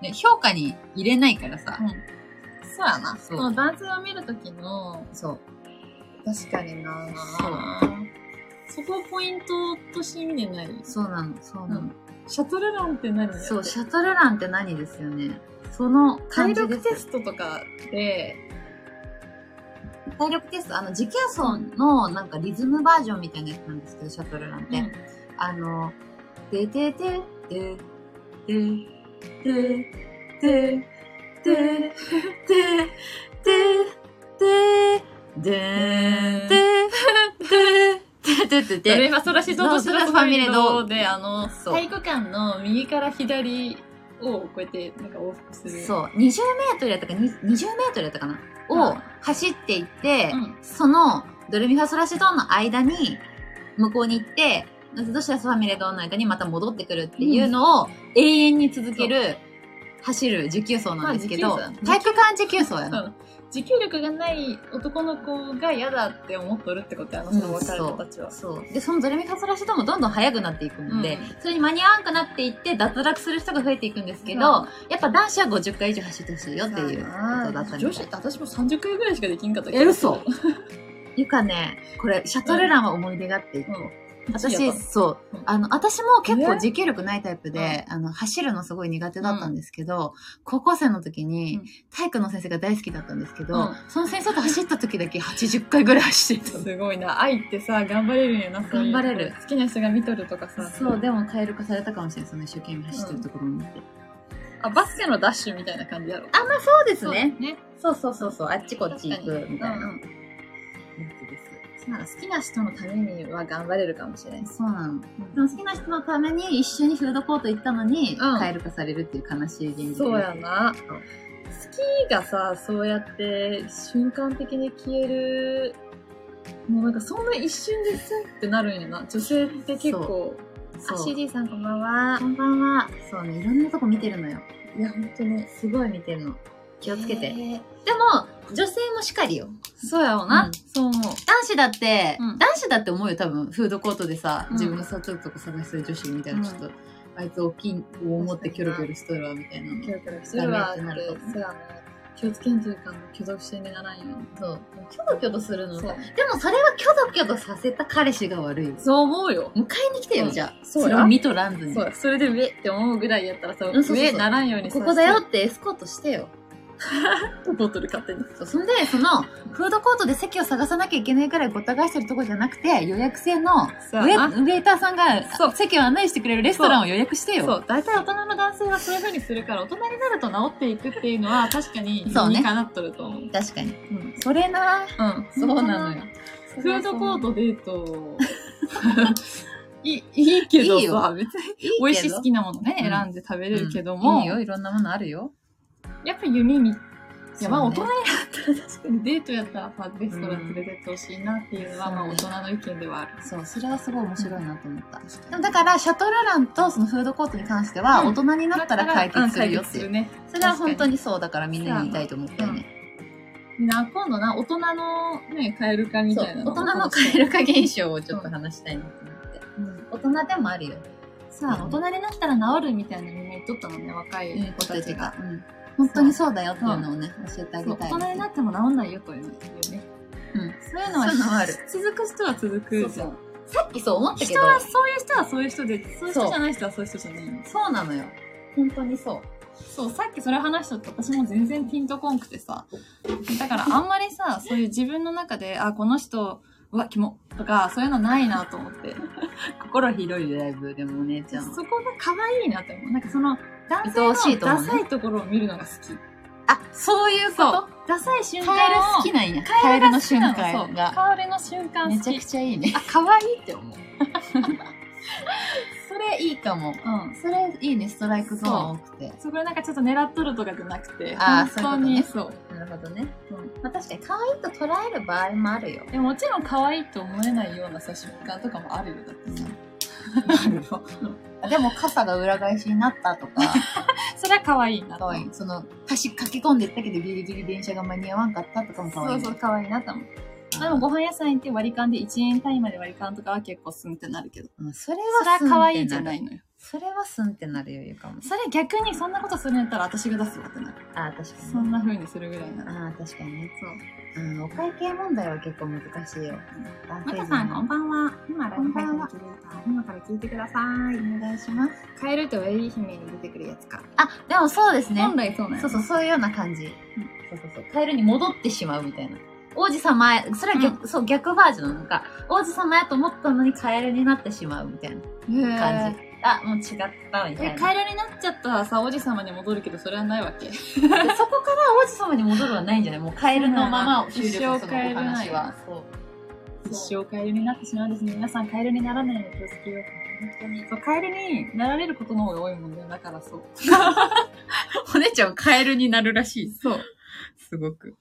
[SPEAKER 2] ね、評価に入れないからさ、
[SPEAKER 1] そうやな。
[SPEAKER 2] そ
[SPEAKER 1] そうの男性を見るときの、
[SPEAKER 2] そう。
[SPEAKER 1] 確かになそう。そこをポイントとして見てない。
[SPEAKER 2] そうなの、そうなの。
[SPEAKER 1] シャトルランって何
[SPEAKER 2] そう、シャトルランって何ですよね。その感
[SPEAKER 1] 体
[SPEAKER 2] じ
[SPEAKER 1] 力
[SPEAKER 2] です
[SPEAKER 1] テストとかで、
[SPEAKER 2] 体力テスト、あの、持久走のなんかリズムバージョンみたいなやつなんですけど、シャトルランって。
[SPEAKER 1] うん
[SPEAKER 2] あの、ででで、で、で、で、で、で、で、で、で、で、で、で、で、で、
[SPEAKER 1] ドレ
[SPEAKER 2] で、
[SPEAKER 1] マソラシドとシラスファミレドで、あの、
[SPEAKER 2] そう
[SPEAKER 1] 体育館の右から左をこうやって、なんか往復する。
[SPEAKER 2] そう、20メートルやったか、に20メートルやったかなを走っていって
[SPEAKER 1] う、ん。
[SPEAKER 2] その、ドレミファソラシドの間に、向こうに行って、どしたらファミレドの間にまた戻ってくるっていうのを、永遠に続ける、走る持久走なんですけ
[SPEAKER 1] ま
[SPEAKER 2] ど
[SPEAKER 1] あ持久走、だ
[SPEAKER 2] 体育館持久走や
[SPEAKER 1] う
[SPEAKER 2] な。
[SPEAKER 1] ん持久力がない男の子が嫌だって思っとるってことやな、その若い子たちは。
[SPEAKER 2] そう。で、そのドレミファソラシドもどんどん速くなっていくので、
[SPEAKER 1] うん
[SPEAKER 2] それに間に合わんくなっていって、脱落する人が増えていくんですけど、やっぱ男子は50回以上走ってほしいよっていうことだったみたい
[SPEAKER 1] 女子、私も30回ぐらいしかできんかった
[SPEAKER 2] え、嘘ゆかね、これ、シャトルランは思い出があって、
[SPEAKER 1] うん
[SPEAKER 2] 私、そう
[SPEAKER 1] うん。
[SPEAKER 2] あの、私も結構
[SPEAKER 3] ね
[SPEAKER 2] 持久力ないタイプで、あの、走るのすごい苦手だったんですけど、高校生の時に
[SPEAKER 1] うん、
[SPEAKER 2] 体育の先生が大好きだったんですけど、
[SPEAKER 1] うん
[SPEAKER 2] その先生と走った時だけ80回ぐらい走ってた。
[SPEAKER 1] すごいな。愛ってさ、頑張れるんやな。そういう
[SPEAKER 2] 頑張れる。
[SPEAKER 1] 好きな人が見とるとかさ。
[SPEAKER 2] そう、でも蛙化されたかもしれない。その一生懸命走ってるところを見て。
[SPEAKER 1] あ、バスケのダッシュみたいな感じやろ。
[SPEAKER 2] あ、まあそうで
[SPEAKER 1] そうだ。ね。
[SPEAKER 2] そうそうそうそう、あっちこっち行
[SPEAKER 1] 確
[SPEAKER 2] くみ
[SPEAKER 1] う
[SPEAKER 2] たいなや
[SPEAKER 1] ん
[SPEAKER 2] つです。
[SPEAKER 1] うん。なんか好きな人のためには頑張れるかもしれない。
[SPEAKER 2] そうなの。でも好きな人のために一緒にフードコート行ったのに、
[SPEAKER 1] うん
[SPEAKER 2] 蛙化されるっていう悲しい現実。
[SPEAKER 1] そうやな。スキーがさ、そうやって瞬間的に消える、もうなんかそんな一瞬でスンってなるんやな。女性って結構。
[SPEAKER 2] そう。
[SPEAKER 3] あ、CD さんこんばんは
[SPEAKER 2] こ。んばんは。そうね、いろんなとこ見てるのよ。
[SPEAKER 1] いや、本当に。
[SPEAKER 2] すごい見てるの。気をつけて。
[SPEAKER 1] え
[SPEAKER 2] で
[SPEAKER 1] ー
[SPEAKER 2] も、女性もしかりよ。
[SPEAKER 1] そうやろう
[SPEAKER 2] う。
[SPEAKER 1] なんそう思う。
[SPEAKER 2] 男子だって、
[SPEAKER 1] うん
[SPEAKER 2] 男子だって思うよ、多分。フードコートでさ、
[SPEAKER 1] うん
[SPEAKER 2] 自分が座ってるとこ探してる女子みたいな、ちょっと、あいつ大きいを持ってキョロキョロしとるわ、みたいなの。
[SPEAKER 1] キョロキョロするわって
[SPEAKER 2] ダメってなると思う
[SPEAKER 1] そうやね気をつけんというかもう挙動不審にならんように
[SPEAKER 2] そう。キョロキョロするの
[SPEAKER 1] そう
[SPEAKER 2] さ。でもそれはキョロキョロさせた彼氏が悪いよ。
[SPEAKER 1] そう思うよ
[SPEAKER 2] 迎えに来てよ、
[SPEAKER 1] うん
[SPEAKER 2] じゃあ。
[SPEAKER 1] そう
[SPEAKER 2] そ
[SPEAKER 1] や
[SPEAKER 2] れを見とらんずに。
[SPEAKER 1] そうそれで上って思うぐらいやったらさ
[SPEAKER 2] うんそうそうそう
[SPEAKER 1] 上ならんようにさ
[SPEAKER 2] ここだよってエスコートしてよ。
[SPEAKER 1] ボトル勝手に
[SPEAKER 2] そうそんで、その、フードコートで席を探さなきゃいけないくらいごった返してるとこじゃなくて、予約制の
[SPEAKER 1] さ
[SPEAKER 2] ウ
[SPEAKER 1] あ
[SPEAKER 2] ェウェイターさん
[SPEAKER 1] そう
[SPEAKER 2] が席を案内してくれるレストランを予約してよ。
[SPEAKER 1] そう大体大人の男性はそういう風にするから大人になると治っていくっていうのは確かに理
[SPEAKER 2] そうね
[SPEAKER 1] にかなっとると思う
[SPEAKER 2] 確かに。
[SPEAKER 1] うん
[SPEAKER 2] それな
[SPEAKER 1] うん
[SPEAKER 2] そうなのよ。
[SPEAKER 1] フードコートデー トいいいいけど
[SPEAKER 2] いいよ
[SPEAKER 1] さ別に美味しい好きなものね選んで食べれるけど
[SPEAKER 2] うん
[SPEAKER 1] も
[SPEAKER 2] いいよ、いろんなものあるよ。
[SPEAKER 1] やっぱ弓にいや、まあ
[SPEAKER 2] そう
[SPEAKER 1] 大人
[SPEAKER 2] ね
[SPEAKER 1] になったら確かにデートやったらさ、レストラン連れてってほしいなっていうのは、
[SPEAKER 2] うん
[SPEAKER 1] まあ大人の意見ではある。
[SPEAKER 2] そう、それはすごい面白いなと思った。でもだから、シャトルランとそのフードコートに関しては、
[SPEAKER 1] うん
[SPEAKER 2] 大人になったら解決するよっていう。
[SPEAKER 1] うん解決するね。
[SPEAKER 2] それは本当にそうだからみんなに言いたいと思ったよね。
[SPEAKER 1] な、今度な、大人のね、カエル化み
[SPEAKER 2] そう
[SPEAKER 1] た
[SPEAKER 2] 大
[SPEAKER 1] いな
[SPEAKER 2] 人の
[SPEAKER 1] カエ
[SPEAKER 2] 蛙化現象をちょっと話したいなと思って。
[SPEAKER 1] ル。
[SPEAKER 2] 大人でもあるよ。
[SPEAKER 1] さあ、大人になったら治るみたいなみんな言っとったもんね、若い子たちが。
[SPEAKER 2] うん本当にそうだよっていうのをね、教えてあ
[SPEAKER 1] そ
[SPEAKER 2] げ
[SPEAKER 1] う
[SPEAKER 2] た
[SPEAKER 1] 大
[SPEAKER 2] い。
[SPEAKER 1] 人になっても治んないよというね。
[SPEAKER 2] うん
[SPEAKER 1] そういうのは
[SPEAKER 2] そういうのはある
[SPEAKER 1] 続く人は続くじゃん。
[SPEAKER 2] さっきそう思ったけ
[SPEAKER 1] 人
[SPEAKER 2] ど、
[SPEAKER 1] は、そういう人はそういう人で、そういう
[SPEAKER 2] そ
[SPEAKER 1] 人
[SPEAKER 2] う
[SPEAKER 1] じゃない人はそういう人じゃないの。
[SPEAKER 2] そうなのよ。本当にそう。
[SPEAKER 1] そう、さっきそれ話しとって私も全然ピンとこんくてさ。だからあんまりさ、そういう自分の中で、あ、この人、うわ、キモとか、そういうのないなと思って。
[SPEAKER 2] 心広いライブでもお姉ちゃんは。
[SPEAKER 1] そこが可愛いなって思う。なんかその、男
[SPEAKER 2] 愛おし
[SPEAKER 1] 性
[SPEAKER 2] い
[SPEAKER 1] の
[SPEAKER 2] と思う
[SPEAKER 1] ダ
[SPEAKER 2] ね
[SPEAKER 1] サいところを見るのが好き。
[SPEAKER 2] あ、そういう
[SPEAKER 1] そう。ダサい瞬間
[SPEAKER 2] カエル
[SPEAKER 1] を
[SPEAKER 2] 好きなんや。
[SPEAKER 1] カ
[SPEAKER 2] カ
[SPEAKER 1] エル
[SPEAKER 2] エル
[SPEAKER 1] が
[SPEAKER 2] の
[SPEAKER 1] 好き
[SPEAKER 2] 瞬
[SPEAKER 1] なの
[SPEAKER 2] 間
[SPEAKER 1] そう
[SPEAKER 2] が。
[SPEAKER 1] カエルの瞬間
[SPEAKER 2] め
[SPEAKER 1] 好
[SPEAKER 2] ちゃ
[SPEAKER 1] き
[SPEAKER 2] く。ちゃいいね。
[SPEAKER 1] あ、可愛いって思う。
[SPEAKER 2] それいいかも。
[SPEAKER 1] うん。
[SPEAKER 2] それいいね、ストライクゾーン多くて。
[SPEAKER 1] そこはなんかちょっと狙っとるとかじゃなくて、
[SPEAKER 2] あー
[SPEAKER 1] 本当に
[SPEAKER 2] そ
[SPEAKER 1] そう
[SPEAKER 2] うなるほどね。
[SPEAKER 1] うん
[SPEAKER 2] まあ確かに可愛いと捉える場合もあるよ。
[SPEAKER 1] でももちろん可愛いと思えないようなさ、瞬間とかもあるよ。だってさ。あるよ。
[SPEAKER 2] でも傘が裏返しになったとか、
[SPEAKER 1] それは可愛いなと
[SPEAKER 2] 可
[SPEAKER 1] 思う
[SPEAKER 2] 愛い。その、橋駆け込んでったけどギリギリ電車が間に合わんかったとかも可愛い。
[SPEAKER 1] そうそう、可愛いなと思う。でもご飯屋さん行って割り勘で1円単位まで割り勘とかは結構スンってなるけど。
[SPEAKER 2] うんそれ
[SPEAKER 1] それは
[SPEAKER 2] は
[SPEAKER 1] 可愛いじゃ
[SPEAKER 2] い
[SPEAKER 1] ないのよ。
[SPEAKER 2] それはスンってなるよ、ゆかも。
[SPEAKER 1] それ逆にそんなことするんやったら私が出すわってなる。
[SPEAKER 2] ああ、確かに。
[SPEAKER 1] そんな風にするぐらいなら。
[SPEAKER 2] ああ、確かにね。
[SPEAKER 1] そう。
[SPEAKER 2] うん、お会計問題は結構難しいよ。男
[SPEAKER 1] ま
[SPEAKER 2] 性
[SPEAKER 1] た
[SPEAKER 2] 陣
[SPEAKER 1] さ
[SPEAKER 2] は
[SPEAKER 1] ん、こんばんは。今、ライブ配
[SPEAKER 2] こん
[SPEAKER 1] 信
[SPEAKER 2] ばんは
[SPEAKER 1] で気づいた。今から聞いてください。
[SPEAKER 2] お願いします。
[SPEAKER 1] カエルとウェイ姫に出てくるやつか。
[SPEAKER 2] あ、でもそうですね
[SPEAKER 1] 本。来そうなん。
[SPEAKER 2] そうそうう、そういうような感じ。そうそうそう。カエルに戻ってしまうみたいな。王子様へ、それは逆、そう、逆バージョンなのか。王子様やと思ったのにカエルになってしまうみたいな感
[SPEAKER 1] 感
[SPEAKER 2] じ。あ、もう違ったみ
[SPEAKER 1] じ。
[SPEAKER 2] たい
[SPEAKER 1] え、
[SPEAKER 2] な。
[SPEAKER 1] カエルになっちゃったらさ、おじさまに戻るけど、それはないわけ。
[SPEAKER 2] でそこから王子様に戻るはないんじゃないもうカエルのまま終了するのお
[SPEAKER 1] 一生カエルなん
[SPEAKER 2] 話は
[SPEAKER 1] や。
[SPEAKER 2] そう。
[SPEAKER 1] 一生カエルになってしまうんですね。皆さんカエルにならないように気をつけよう。本当に。そう、カエルになられることの方が多いもんね。だからそう。
[SPEAKER 2] お姉ちゃんはカエルになるらしい。
[SPEAKER 1] そう。
[SPEAKER 2] すごく。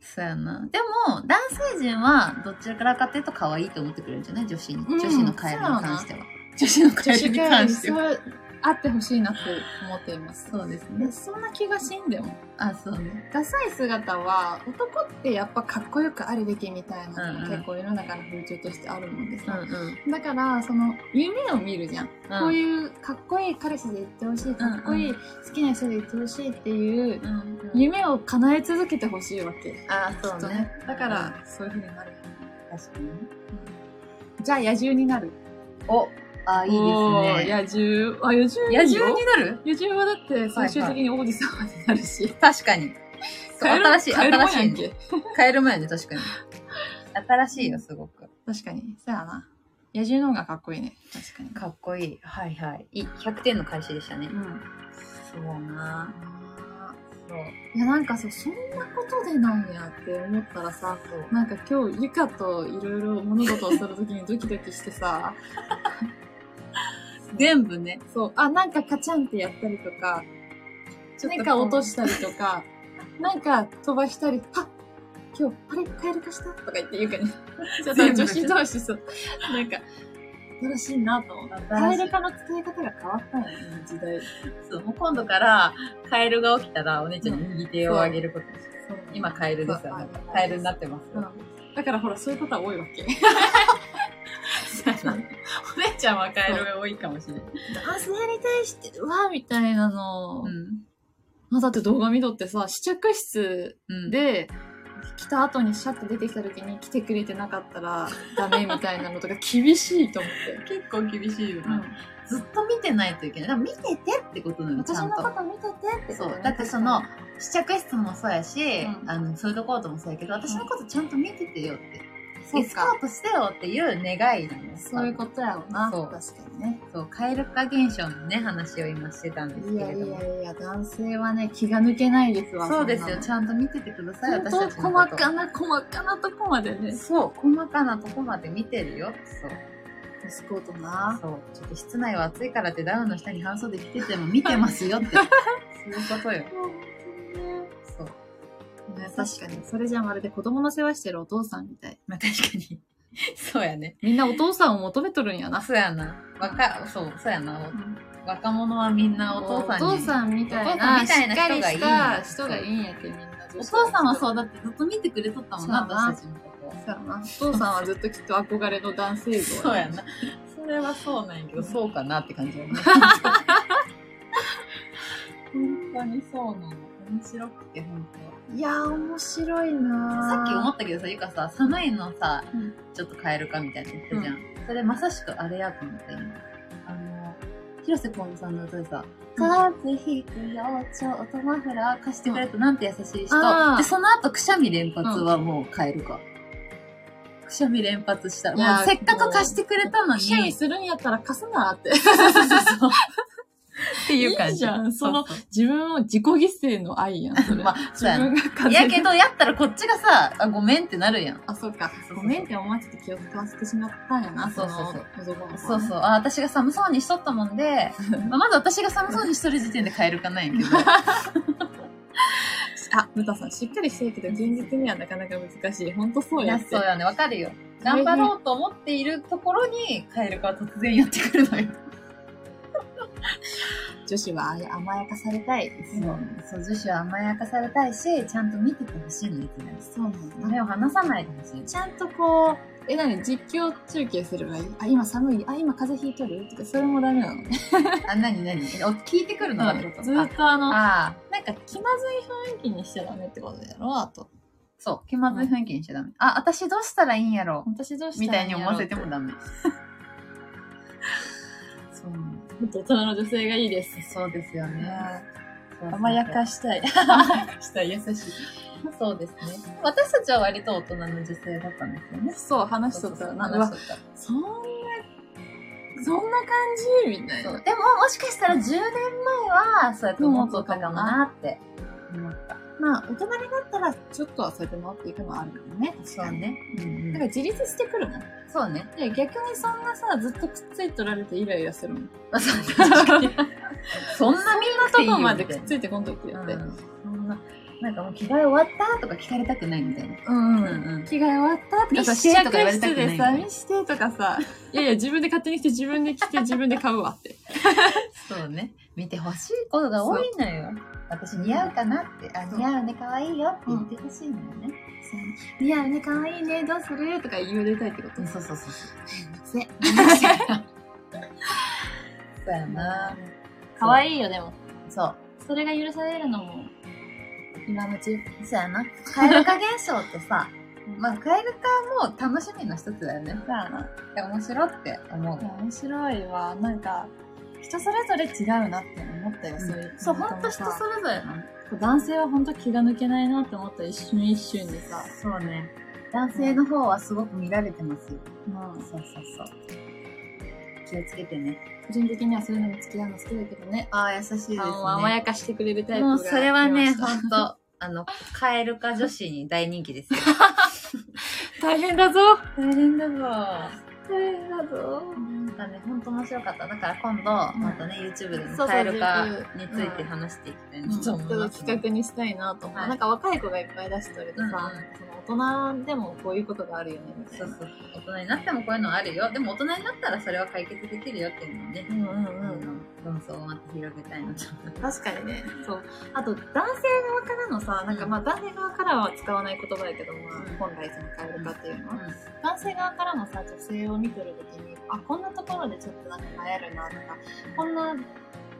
[SPEAKER 2] そうやな。でも、男性陣は、どちらからかっていうと可愛いと思ってくれるんじゃない女子に。
[SPEAKER 1] うん
[SPEAKER 2] 女子のカエルに関しては。女子のカ
[SPEAKER 1] 女子会にそ。れあってほしいなって思っています。
[SPEAKER 2] そうです
[SPEAKER 1] で
[SPEAKER 2] ね。
[SPEAKER 1] そんな気がしんでも。
[SPEAKER 2] あ、そうね。
[SPEAKER 1] ダサい姿は男ってやっぱかっこよくあるべきみたいなの
[SPEAKER 2] うんう
[SPEAKER 1] が
[SPEAKER 2] ん
[SPEAKER 1] 結構世の中の風潮としてあるもんで
[SPEAKER 2] うん
[SPEAKER 1] さ、
[SPEAKER 2] うん。
[SPEAKER 1] だからその夢を見るじゃん、こういうかっこいい彼氏でいってほしいかっこいい好きな人でいってほしいっていう
[SPEAKER 2] うん、うん
[SPEAKER 1] 夢を叶え続けてほしいわけ、きっ
[SPEAKER 2] あー、そう
[SPEAKER 1] と
[SPEAKER 2] ね
[SPEAKER 1] ね。だからそういうふうになるよね
[SPEAKER 2] 確かにね。
[SPEAKER 1] じゃあ野獣になる
[SPEAKER 2] お、あ、いいです
[SPEAKER 1] おー
[SPEAKER 2] ね。
[SPEAKER 1] 野獣。あ、野獣いいよ。
[SPEAKER 2] 野獣になる
[SPEAKER 1] 野獣はだって最終的に王子様になるし。
[SPEAKER 2] 確かに。そう
[SPEAKER 1] カエル
[SPEAKER 2] 新しい、
[SPEAKER 1] カエルもや
[SPEAKER 2] 新しい
[SPEAKER 1] ん
[SPEAKER 2] ね。
[SPEAKER 1] け。
[SPEAKER 2] 変える前ね、確かに。新しいよ、すごく。
[SPEAKER 1] 確かに。そうやな。野獣の方がかっこいいね。確かに。
[SPEAKER 2] かっこいい。はいはい。いい100点の開始でしたね。
[SPEAKER 1] うん。
[SPEAKER 2] そうやなそう。
[SPEAKER 1] いや、なんかそう、そんなことでなんやって思ったらさ、
[SPEAKER 2] そう。
[SPEAKER 1] なんか今日、ゆかといろいろ物事をするときにドキドキしてさ、
[SPEAKER 2] 全部ね。
[SPEAKER 1] そう、あ、なんかカチャンってやったりとか、
[SPEAKER 2] ちょっと
[SPEAKER 1] なんか落としたりとか、なんか飛ばしたり、パッ今日、あれカエル化したとか言って言うかね。ちょっと
[SPEAKER 2] 全部
[SPEAKER 1] 女子同士そう、なんか、新しいなと思った。カエル化の使い方が変わったよね、時代。
[SPEAKER 2] そう。もう今度から、カエルが起きたら、お姉ちゃんに右手を上げることにして
[SPEAKER 1] そう
[SPEAKER 2] 今、カエルですよね
[SPEAKER 1] そう。
[SPEAKER 2] カエルになってます。
[SPEAKER 1] うんだからほら、そういうことは多いわけ。
[SPEAKER 2] そうやなお姉ちゃんはカエルが多いかもしれない。
[SPEAKER 1] 男性に対して、うわ、みたいなの、
[SPEAKER 2] ん。
[SPEAKER 1] まあだって動画見とってさ、試着室
[SPEAKER 2] うん。
[SPEAKER 1] で、来た後にシャッと出てきた時に来てくれてなかったらダメみたいなのとか厳しいと思って。
[SPEAKER 2] 結構厳しいよな。ずっと見てないといけない。でも見ててってことなのち
[SPEAKER 1] 私
[SPEAKER 2] ゃ
[SPEAKER 1] の
[SPEAKER 2] ん
[SPEAKER 1] こと
[SPEAKER 2] と。
[SPEAKER 1] 見ててって
[SPEAKER 2] そ
[SPEAKER 1] ことね
[SPEAKER 2] う。だってその、試着室もそうやし、
[SPEAKER 1] うん
[SPEAKER 2] あの、フードコートもそうやけど、私のことちゃんと見ててよって。
[SPEAKER 1] そ
[SPEAKER 2] エ
[SPEAKER 1] う
[SPEAKER 2] スカ
[SPEAKER 1] か
[SPEAKER 2] ートしてよっていう願いなの。
[SPEAKER 1] そういうことやろうな。
[SPEAKER 2] そう
[SPEAKER 1] 確かにね。
[SPEAKER 2] と。そう、蛙化現象のね、話を今してたんです
[SPEAKER 1] い
[SPEAKER 2] け
[SPEAKER 1] や
[SPEAKER 2] れ
[SPEAKER 1] い
[SPEAKER 2] ども。
[SPEAKER 1] やいや、男性はね、気が抜けないですわ。
[SPEAKER 2] そうですよ、ち
[SPEAKER 1] ちゃん
[SPEAKER 2] ゃんと見ててください、
[SPEAKER 1] と。
[SPEAKER 2] 私たちの
[SPEAKER 1] 細
[SPEAKER 2] こと。
[SPEAKER 1] かな細かなとこまでね。
[SPEAKER 2] そう、細かなとこまで見てるよ。そう。
[SPEAKER 1] エスコートな。
[SPEAKER 2] そう。ちょっと室内は暑いからってダウンの下に半袖着てても見てますよって。そういうことよ。そう。
[SPEAKER 1] 確かに。それじゃまるで子供の世話してるお父さんみたい。
[SPEAKER 2] まあ確かに。そうやね。
[SPEAKER 1] みんなお父さんを求めとるんやな。
[SPEAKER 2] そうやな。若、そう、そうやな。若者はみんなお父さんに。
[SPEAKER 1] お父さんみたいな、
[SPEAKER 2] お
[SPEAKER 1] し
[SPEAKER 2] 父さん
[SPEAKER 1] っ
[SPEAKER 2] み
[SPEAKER 1] か
[SPEAKER 2] たい
[SPEAKER 1] りし
[SPEAKER 2] な人がいい
[SPEAKER 1] た人がいいんやってみんな。
[SPEAKER 2] お父さんは
[SPEAKER 1] う。
[SPEAKER 2] そうだってずっと見てくれとったも
[SPEAKER 1] そ
[SPEAKER 2] んな、
[SPEAKER 1] うやな
[SPEAKER 2] 私たちのこと。
[SPEAKER 1] そうやな。お父さんはずっときっと憧れの男性像。
[SPEAKER 2] そうや。な。それはそうなんやけど、そうかなって感じよね。本当にそうなの。面白くて、本
[SPEAKER 1] いやー、面白い
[SPEAKER 2] 当。
[SPEAKER 1] な
[SPEAKER 2] さっき思ったけどさ、ゆかさ、寒いのさ
[SPEAKER 1] うん、
[SPEAKER 2] ちょっと変えるかみたいな言ったじゃん。それまさしくあれやと思ったよ。あの、広瀬香美さんの歌でさ、
[SPEAKER 1] うん
[SPEAKER 2] 風邪ひくよ、ちょっとマフラー貸してくれと、なんて優しい
[SPEAKER 1] あ
[SPEAKER 2] 人。
[SPEAKER 1] ー
[SPEAKER 2] で、その後、くしゃみ連発はもう変えるか。くしゃみ連発した
[SPEAKER 1] いや
[SPEAKER 2] ら、
[SPEAKER 1] ー
[SPEAKER 2] もうせっかく貸してくれたの
[SPEAKER 1] く
[SPEAKER 2] に。
[SPEAKER 1] しゃみするんやったら貸すなって。
[SPEAKER 2] っていう感じ。
[SPEAKER 1] いいじゃんその
[SPEAKER 2] う
[SPEAKER 1] 自分を自己犠牲の愛やん、 それ。
[SPEAKER 2] まあ、
[SPEAKER 1] 自
[SPEAKER 2] そうやな。
[SPEAKER 1] 分が
[SPEAKER 2] い
[SPEAKER 1] 風
[SPEAKER 2] や
[SPEAKER 1] 邪
[SPEAKER 2] けど、やったらこっちがさ、あ、ごめんってなるやん。
[SPEAKER 1] あ、そうか
[SPEAKER 2] そうそ。う
[SPEAKER 1] ごめんって思わせて気を使わせてしまったんやな、
[SPEAKER 2] そう
[SPEAKER 1] そ
[SPEAKER 2] そ
[SPEAKER 1] の
[SPEAKER 2] うそう
[SPEAKER 1] 男の子
[SPEAKER 2] そ
[SPEAKER 1] は
[SPEAKER 2] う
[SPEAKER 1] ね
[SPEAKER 2] そう。あ、私が寒そうにしとったも んで、まあ、まず私が寒そうにしとる時点で変えるかないんやけど。
[SPEAKER 1] あ、ムタさん、しっかりしてるけど、現実にはなかなか難しい。ほんとそう
[SPEAKER 2] い
[SPEAKER 1] や
[SPEAKER 2] や、
[SPEAKER 1] って。
[SPEAKER 2] そうやね。わかるよ。頑張ろうと思っているところに、変えるかは突然やってくるのよ。
[SPEAKER 1] 女子は甘やかされたい。
[SPEAKER 2] そう、女子は甘やかされたいし、ちゃんと見ててほしいの、いつも。
[SPEAKER 1] そうなんだ。
[SPEAKER 2] 目を離さないでほしい。
[SPEAKER 1] ちゃんとこう、え、なに、実況中継すればいいあ、今寒い。あ、今風邪ひいとるとか、それもダメなのね。
[SPEAKER 2] あ、なになにお聞いてくるのがってこと
[SPEAKER 1] ずっとあの、
[SPEAKER 2] ああ、
[SPEAKER 1] なんか気まずい雰囲気にしちゃダメってことやろあと。
[SPEAKER 2] そう。気まずい雰囲気にしちゃダメ。あ、私どうしたらいいんやろう。
[SPEAKER 1] 私どうした
[SPEAKER 2] み
[SPEAKER 1] ら
[SPEAKER 2] た
[SPEAKER 1] い
[SPEAKER 2] い
[SPEAKER 1] いん
[SPEAKER 2] に
[SPEAKER 1] や
[SPEAKER 2] 思
[SPEAKER 1] ろ
[SPEAKER 2] わ
[SPEAKER 1] う
[SPEAKER 2] せてもダメ。 そう
[SPEAKER 1] もっと大人の女性がいいです。
[SPEAKER 2] そうですよね。
[SPEAKER 1] 甘やか
[SPEAKER 2] し
[SPEAKER 1] したい。
[SPEAKER 2] た優しい。そうですね。私たちは割と大人の女性だったんですよね。
[SPEAKER 1] そう、話しとったらなん
[SPEAKER 2] 話
[SPEAKER 1] か、
[SPEAKER 2] しとっ
[SPEAKER 1] そんな、そんな感じみた
[SPEAKER 2] た
[SPEAKER 1] い
[SPEAKER 2] そう
[SPEAKER 1] な。
[SPEAKER 2] でも、もしかしたら10年前は、そうやって思っとったかもなって思った。
[SPEAKER 1] まあ、大人になったら、ちょっとはそうやって回っていくのはあるよね。
[SPEAKER 2] そうね。うん
[SPEAKER 1] なんか自立してくるもん。
[SPEAKER 2] そうね。
[SPEAKER 1] で、逆にそんなさ、ずっとくっついとられてイライラするもん。
[SPEAKER 2] 確かに。そ
[SPEAKER 1] そ
[SPEAKER 2] んなみんなと
[SPEAKER 1] こ
[SPEAKER 2] こ
[SPEAKER 1] ま
[SPEAKER 2] ま
[SPEAKER 1] で
[SPEAKER 2] で
[SPEAKER 1] くっ
[SPEAKER 2] くっ
[SPEAKER 1] つ
[SPEAKER 2] つ
[SPEAKER 1] いてこんといて
[SPEAKER 2] い
[SPEAKER 1] よ
[SPEAKER 2] よ
[SPEAKER 1] っ
[SPEAKER 2] ってて。。そんな、なんかもう着替え終わったとか聞かれたくないみたいな。
[SPEAKER 1] うん
[SPEAKER 2] うん
[SPEAKER 1] 着替え終わったとかさ、
[SPEAKER 2] 見して
[SPEAKER 1] 試
[SPEAKER 2] と
[SPEAKER 1] 着
[SPEAKER 2] か言われた
[SPEAKER 1] 室
[SPEAKER 2] くない
[SPEAKER 1] でさ、見してとかさ、いやいや、自分で勝手に来て、自分で着て、自分で買うわって。
[SPEAKER 2] そうね。見てほしいことが多いのよ。私似合うかなって、あ、
[SPEAKER 1] そう
[SPEAKER 2] 似合うね、可愛いよって言ってほしいのよね。
[SPEAKER 1] いや、ね、可愛いね、どうするとか言われたいってこと
[SPEAKER 2] うんそうそうそうそう。
[SPEAKER 1] せ。
[SPEAKER 2] そうやな。
[SPEAKER 1] 可愛いよ、でも。
[SPEAKER 2] そう。
[SPEAKER 1] それが許されるのも、今のうち。
[SPEAKER 2] そうやな。カエル化現象ってさ、 まあ、蛙化も楽しみの一つだよね。
[SPEAKER 1] だよな。
[SPEAKER 2] で面白って思う
[SPEAKER 1] い。や、面白いわ。なんか、人それぞれ違うなって思ったよ、
[SPEAKER 2] うん
[SPEAKER 1] そういう。
[SPEAKER 2] そう
[SPEAKER 1] なんかさ
[SPEAKER 2] ほんと人そ
[SPEAKER 1] れぞれなの。男性は本当気が抜けないなって思った一瞬一瞬でさ。
[SPEAKER 3] そうね。
[SPEAKER 2] 男性の方はすごく見られてますよ。
[SPEAKER 1] うん。
[SPEAKER 2] そうそうそう。気をつけてね。
[SPEAKER 1] 個人的にはそういうのも付き合うの好きだけどね。
[SPEAKER 2] ああ、優しいですね。
[SPEAKER 1] 顔を甘やかしてくれるタイプが。
[SPEAKER 2] もうそれはね、
[SPEAKER 1] 来ま
[SPEAKER 2] ほ
[SPEAKER 1] し
[SPEAKER 2] んと、あの、カエル化女子に大人気ですよ。
[SPEAKER 1] た大変だぞ。
[SPEAKER 2] 大変だぞ。
[SPEAKER 1] 大変だぞ。
[SPEAKER 2] なんかね、ほんと面白かった。だから今度、
[SPEAKER 1] うん
[SPEAKER 2] またね、YouTube
[SPEAKER 1] そ
[SPEAKER 2] でも
[SPEAKER 1] うそう
[SPEAKER 2] カエル化に
[SPEAKER 1] YouTube
[SPEAKER 2] ついて話していきたいな
[SPEAKER 1] ち
[SPEAKER 2] と
[SPEAKER 1] ょ
[SPEAKER 2] 思
[SPEAKER 1] っ
[SPEAKER 2] い
[SPEAKER 1] と
[SPEAKER 2] ます。
[SPEAKER 1] 企画にしたいなと思う。
[SPEAKER 2] はい
[SPEAKER 1] なんか若い子がいっぱい出してるとさ、
[SPEAKER 2] うん
[SPEAKER 1] その大人でもこういうことがあるよね、みたい
[SPEAKER 2] そ
[SPEAKER 1] な。
[SPEAKER 2] うそう。大人になってもこういうのあるよ。でも大人になったらそれは解決できるよっていうのをね
[SPEAKER 1] う、んう
[SPEAKER 2] あ
[SPEAKER 1] ん
[SPEAKER 2] の
[SPEAKER 1] うん。
[SPEAKER 2] 論争をまた広げたいなと思います。
[SPEAKER 1] 確かにね。そう。あと、男性側からのさ、なんかまあ男性側からは使わない言葉やけど、まあ
[SPEAKER 2] うん
[SPEAKER 1] 本来そのカエル化っていうのは、男性側からのさ、女性を見てるときに、あ、こんなところでちょっとなんか悩るなとか、こんな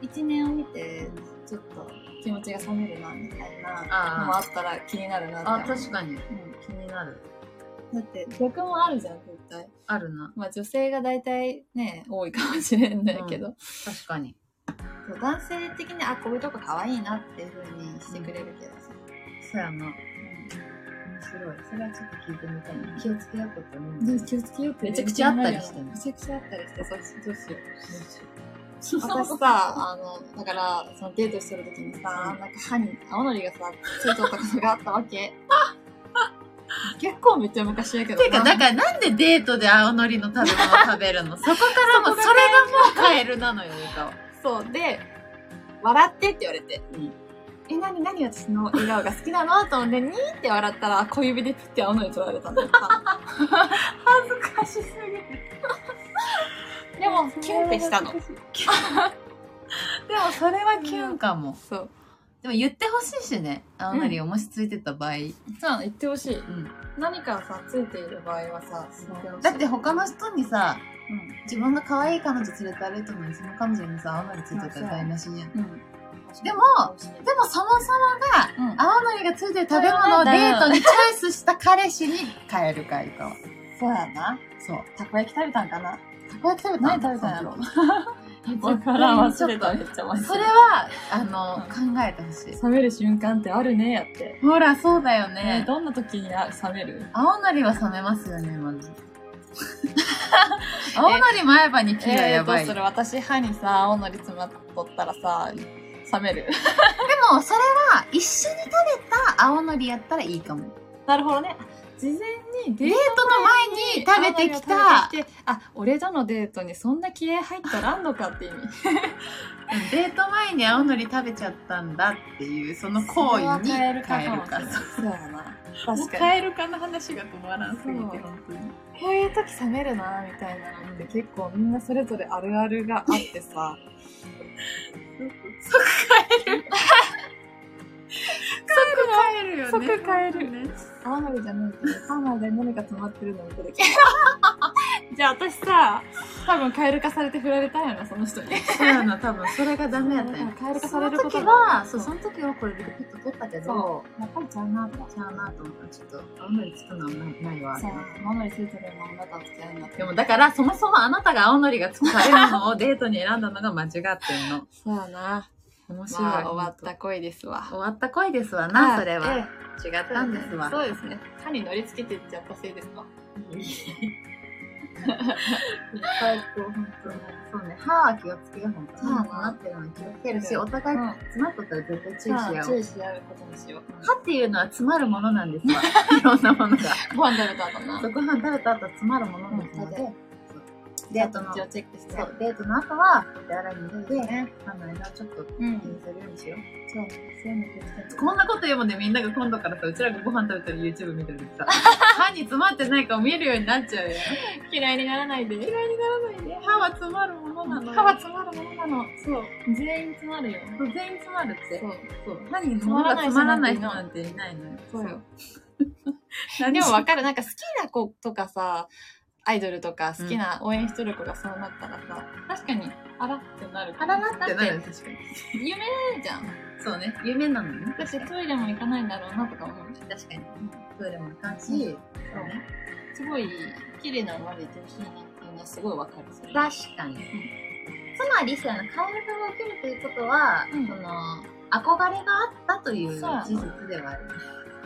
[SPEAKER 1] 一年を見て、ちょっと気持ちが冷めるな、みたいなのもあ
[SPEAKER 2] あ
[SPEAKER 1] ったら気になるなって
[SPEAKER 2] あ、
[SPEAKER 1] 思
[SPEAKER 2] あ
[SPEAKER 1] う。
[SPEAKER 2] 確かに。
[SPEAKER 1] うん
[SPEAKER 2] 気になる。
[SPEAKER 1] だって逆もあるじゃん絶対
[SPEAKER 2] あるな。
[SPEAKER 1] まあ女性が大体ね多いかもしれないけど、
[SPEAKER 2] 確かに。
[SPEAKER 1] そう男性的にあこういうとこ可愛いなっていうふうにしてくれるけどさ、
[SPEAKER 2] そうやな。面白い。それはちょっと聞いてみたいな。気をつけようこと思う
[SPEAKER 1] うんん
[SPEAKER 2] だ
[SPEAKER 1] で
[SPEAKER 2] よ
[SPEAKER 1] も気をつけようって
[SPEAKER 2] めちゃくちゃあったりして
[SPEAKER 1] めちゃくちゃあったりしてそうどうしよう
[SPEAKER 2] そうそう
[SPEAKER 1] 私さ、あの、だから、そのデートしてる時にさ、なんか歯に青のりがさ、ついとったことがあったわ け。結構めっちゃ昔やけど
[SPEAKER 2] てか、だからなんでデートで青のりの食べ物を食べるの そこからもう、それがもうカエルなのよ、ゆかは。
[SPEAKER 1] そう、で、笑ってって言われて。
[SPEAKER 2] うん
[SPEAKER 1] え、なになに私の笑顔が好きなのと思って、にーって笑ったら、小指でピッて青のり取られたんだ よ。恥ずかしすぎる。でも、キュンってしたの。 でも、それは
[SPEAKER 2] キュン。かも。
[SPEAKER 1] そう。
[SPEAKER 2] でも言ってほしいしね、青のりをもしついてた場合。
[SPEAKER 1] そうなの、言ってほしい。
[SPEAKER 2] うん
[SPEAKER 1] 何かさ、ついている場合はさ、言てほしい
[SPEAKER 2] だって、他の人にさ、
[SPEAKER 1] うん。
[SPEAKER 2] 自分が可愛い彼女連れて歩いてるのに、その彼女にさ、青のりついてたら台無しじゃ
[SPEAKER 1] う
[SPEAKER 2] ん。
[SPEAKER 1] ん。
[SPEAKER 2] でも
[SPEAKER 1] で
[SPEAKER 2] でもそもそも
[SPEAKER 1] うん
[SPEAKER 2] が、青のりがついてる食べ物をデートにチョイスした彼氏にカエルか、ゆかは。
[SPEAKER 1] そうやな。
[SPEAKER 2] そう。
[SPEAKER 1] たこ焼き食べたんかな
[SPEAKER 2] たこ焼き食べた
[SPEAKER 1] 何食べたんやろ
[SPEAKER 2] わからん忘れた
[SPEAKER 1] めっちゃ忘
[SPEAKER 2] それは、あの、考えてほしい。
[SPEAKER 1] 冷める瞬間ってあるねやって。
[SPEAKER 2] ほら、そうだよ
[SPEAKER 1] ね、
[SPEAKER 2] ね。
[SPEAKER 1] どんな時にあ冷める
[SPEAKER 2] 青のりは冷めますよね、まず。 青のり前歯にピーはやばい。
[SPEAKER 1] えーどうする私歯にさ、青のり詰まっとったらさ、冷める。
[SPEAKER 2] でも、それは、一緒に食べた青のりやったらいいかも。
[SPEAKER 1] なるほどね。事前にデ
[SPEAKER 2] デートの前に食べてきた、
[SPEAKER 1] 食べてきてあ、俺とのデートにそんな気合入ったらあんのかって意味。
[SPEAKER 2] デート前に青のり食べちゃったんだっていう、その行為に変えるか。
[SPEAKER 1] そうやな。
[SPEAKER 2] も
[SPEAKER 1] 確
[SPEAKER 2] う
[SPEAKER 1] かに。
[SPEAKER 2] カエル化の話が止まらんすぎ
[SPEAKER 1] そう
[SPEAKER 2] て、本当に。
[SPEAKER 1] こういう時冷めるなみたいなのって結構みんなそれぞれあるあるがあってさ。
[SPEAKER 2] 即カエルよ
[SPEAKER 1] 即カエル
[SPEAKER 2] ね。
[SPEAKER 1] 青のりじゃないけど、歯の間に何か詰まってるの見てるじゃあ私さ、多分カエル化されて振られたんやな、その人に。
[SPEAKER 2] そうやな、多分それがダメやったんや。
[SPEAKER 1] カエル化されること
[SPEAKER 2] その時
[SPEAKER 1] が
[SPEAKER 2] は、そう、その時はこれでピッと取ったけど
[SPEAKER 1] そ、やっぱりちゃうなと。
[SPEAKER 2] ちゃうなと思ったら、ちょっと、青のりつくのはないないわ。
[SPEAKER 1] そう、青のりついてるのもなかったんだ
[SPEAKER 2] でもだから、そもそもあなたが青のりがつく食べ物をデートに選んだのが間違ってんの。
[SPEAKER 1] そうやな。
[SPEAKER 2] 面白い。
[SPEAKER 1] まあ、終わった恋ですわ。
[SPEAKER 2] 終わった恋ですわな、それ
[SPEAKER 1] え
[SPEAKER 2] は。
[SPEAKER 1] え
[SPEAKER 2] 違ったんですわ。
[SPEAKER 1] そうですね。歯に乗り付けていっちゃったせいですわ。
[SPEAKER 2] 最高、本当に。そうね、歯は気をつけよう、本当に。
[SPEAKER 1] そう
[SPEAKER 2] 歯
[SPEAKER 1] な
[SPEAKER 2] になってるのに気をつけるし、お互い
[SPEAKER 1] うん
[SPEAKER 2] 詰まっとったら絶対
[SPEAKER 1] 注
[SPEAKER 2] 注意
[SPEAKER 1] 意
[SPEAKER 2] し
[SPEAKER 1] し
[SPEAKER 2] よ
[SPEAKER 1] 合
[SPEAKER 2] う
[SPEAKER 1] う。。注意し合うことにしよう。
[SPEAKER 2] 歯っていうのは詰まるものなんですわ。 いろんなものが。
[SPEAKER 1] ご飯食べた後な
[SPEAKER 2] そう。ご飯食べた後は詰まるものですので、そうデートの、
[SPEAKER 1] 一
[SPEAKER 2] そ
[SPEAKER 1] 応チェックして。
[SPEAKER 2] う、デートの後は、お手洗いに入れて、歯の間をちょっと
[SPEAKER 1] う
[SPEAKER 2] 気に
[SPEAKER 1] ん。
[SPEAKER 2] するようにしよう。
[SPEAKER 1] そう。そういうの気をつけて
[SPEAKER 2] こんなこと言うもんでみんなが今度からさ、うちらがご飯食べてる YouTube 見てると さ、歯に詰まってないかを見えるようになっちゃうよ。
[SPEAKER 1] 嫌いにならないで。嫌いにならないで。
[SPEAKER 2] 歯は詰まるものなのよ。
[SPEAKER 1] 歯は詰まるものなの。そう。全員詰まるよ。
[SPEAKER 2] そう全員詰まるって。
[SPEAKER 1] そう。
[SPEAKER 2] そう。歯に物が詰まらない人なんていないのよ。
[SPEAKER 1] そうよ。
[SPEAKER 2] 何
[SPEAKER 1] で
[SPEAKER 2] も
[SPEAKER 1] も
[SPEAKER 2] わ
[SPEAKER 1] わかる。なんか好きな子とかさ、アイドルとか好きな応援してる子がそうなったらさ、確かにあらってなる
[SPEAKER 2] あらなってな
[SPEAKER 1] だ
[SPEAKER 2] る
[SPEAKER 1] っ
[SPEAKER 2] 確かに
[SPEAKER 1] て夢じゃん
[SPEAKER 2] そうね夢なのね
[SPEAKER 1] 私トイレも行かないんだろうなとか思う
[SPEAKER 2] 確かに
[SPEAKER 1] うん
[SPEAKER 2] トイレも行かんし、
[SPEAKER 1] うん
[SPEAKER 2] そうね
[SPEAKER 1] すごい綺麗なままでいてほしいなっていうのはすごいわかるそれ
[SPEAKER 2] 確かに、つまりそうやなカエルが起きるということは、
[SPEAKER 1] うん
[SPEAKER 2] その憧れがあったという
[SPEAKER 1] そうやな
[SPEAKER 2] 事実ではある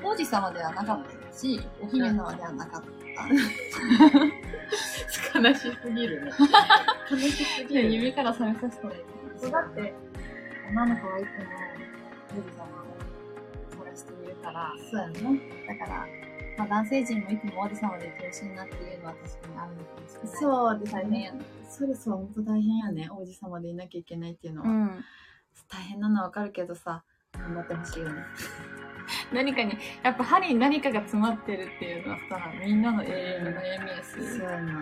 [SPEAKER 1] 王子様ではなかったしお姫様ではなかった、
[SPEAKER 2] 悲しすぎるね 悲しすぎる
[SPEAKER 1] 夢から覚めさせたらいい
[SPEAKER 2] そうだって
[SPEAKER 1] 女の子はいつも王子様を探しているから
[SPEAKER 2] そうやね
[SPEAKER 1] だから、まあ、男性陣もいつも王子様でいてほしいなっていうのは確かにあるのかもしれない
[SPEAKER 2] そうです
[SPEAKER 1] 大変やな
[SPEAKER 2] そろそろ本当大変やね王子様でいなきゃいけないっていうのは、
[SPEAKER 3] ん。
[SPEAKER 2] 大変なのはわかるけどさ頑張ってほしいよね
[SPEAKER 1] 何かにやっぱ針に何かが詰まってるっていうのはさみんなの永遠の悩みやし、
[SPEAKER 2] そうやな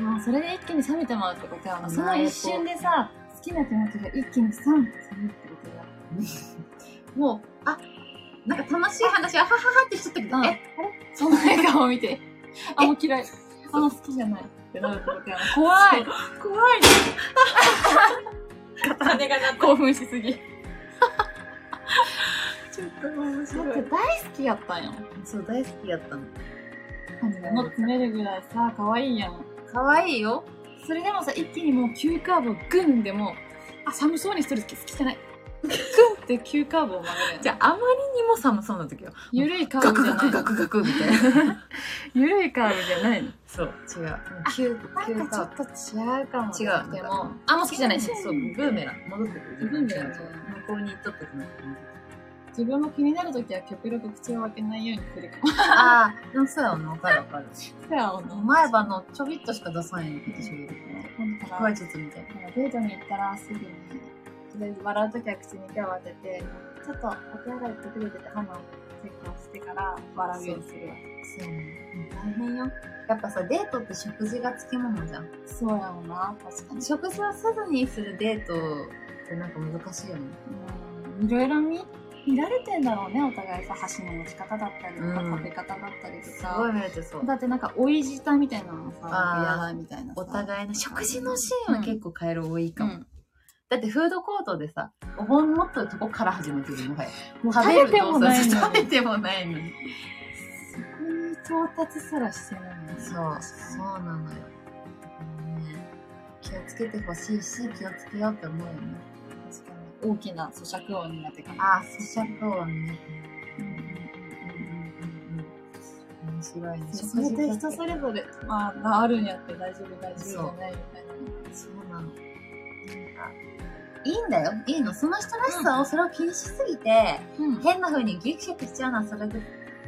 [SPEAKER 1] もうそれで一気に冷めてもらうってことやもん
[SPEAKER 2] うん
[SPEAKER 1] その一瞬でさ好きな気持ちが一気にさん冷めるってことだ
[SPEAKER 2] もうあなんか楽しい話あはははってしちゃったけど、
[SPEAKER 1] うん
[SPEAKER 2] え
[SPEAKER 1] その笑顔を見てあもう嫌いあもう好きじゃないってなるってことやもん怖い
[SPEAKER 2] 怖いね
[SPEAKER 1] 金がな興奮しすぎ
[SPEAKER 2] ちょっと
[SPEAKER 1] だっ
[SPEAKER 2] 面
[SPEAKER 1] て大好きやったんやもん
[SPEAKER 2] そう大好きやったの
[SPEAKER 1] もう詰めるぐらいさ可愛いやん
[SPEAKER 2] 可愛いよ
[SPEAKER 1] それでもさ一気にもう急カーブをグンでもうあ寒そうにしてる好き好きじゃないグンって急カーブを曲げるやん
[SPEAKER 2] じゃああまりにも寒そうな時よ
[SPEAKER 1] ゆるいカー
[SPEAKER 2] ガ
[SPEAKER 1] ブ
[SPEAKER 2] ク
[SPEAKER 1] じゃ
[SPEAKER 2] ガ
[SPEAKER 1] ない
[SPEAKER 2] クガクガクみたいな
[SPEAKER 1] ゆるいカーブじゃないの
[SPEAKER 2] そう違う急急
[SPEAKER 1] なん
[SPEAKER 2] カ
[SPEAKER 1] か
[SPEAKER 2] ー
[SPEAKER 1] ちょっと違うかも
[SPEAKER 2] ブ違うなんか
[SPEAKER 1] でも
[SPEAKER 2] あもう好きじゃないしそうブーメラン戻ってくる
[SPEAKER 1] ブーメラン
[SPEAKER 2] 向こうに行っとった時の気持ち
[SPEAKER 1] 自分も気になるときは極力口を開けないようにするかも
[SPEAKER 2] ああでもそうやなわかるわかる
[SPEAKER 1] そうやもんな
[SPEAKER 2] 前歯のちょびっとしか出さないの私は
[SPEAKER 1] だか
[SPEAKER 2] 怖
[SPEAKER 1] ら
[SPEAKER 2] いちょっとみたいな
[SPEAKER 1] デートに行ったらすぐにとりあえず笑うときは口に手を当ててちょっとお手洗いってくれてて鼻をチェックをしてから笑うようにするわ
[SPEAKER 2] そうね大変よやっぱさデートって食事がつきものじゃん
[SPEAKER 1] そうやもんな確かに
[SPEAKER 2] 食事をせずにするデートってなんか難しいよね
[SPEAKER 1] うんいろいろ見見られてんだろうねお互いさ箸の持ち方だったりとか、
[SPEAKER 2] うん
[SPEAKER 1] 食べ方だったりと
[SPEAKER 2] すご
[SPEAKER 1] か
[SPEAKER 2] い見れてそう
[SPEAKER 1] だってなんか追い舌みたいなのもさ
[SPEAKER 2] あー
[SPEAKER 1] やだみたいなさ
[SPEAKER 2] お互いの食事のシーンは結構カエル多いか
[SPEAKER 1] う
[SPEAKER 2] も、
[SPEAKER 1] ん
[SPEAKER 2] だってフードコートでさお盆持っとるとこから始めてるもはや
[SPEAKER 1] もう
[SPEAKER 2] 食
[SPEAKER 1] 食
[SPEAKER 2] べ
[SPEAKER 1] べ
[SPEAKER 2] る
[SPEAKER 1] ても
[SPEAKER 2] 動
[SPEAKER 1] ないの
[SPEAKER 2] 作
[SPEAKER 1] にそ
[SPEAKER 2] 食
[SPEAKER 1] こ
[SPEAKER 2] べてもないのに
[SPEAKER 1] に到達すらしてないのに
[SPEAKER 2] そうそうなのよ、ね気をつけてほしいし気をつけようって思うよね
[SPEAKER 1] 確かに大きな咀嚼音になってか
[SPEAKER 2] ああ、咀嚼音ね。面白いね。
[SPEAKER 1] それで人それぞれまあがあるんやって大丈夫大丈夫じゃ
[SPEAKER 2] そう
[SPEAKER 1] ないみたいな
[SPEAKER 2] そうなの。なんか、いいんだよ。いいの。その人らしさを、それを気にしすぎて、
[SPEAKER 1] うん
[SPEAKER 2] 変な風にギクシャクしちゃうのはそれで、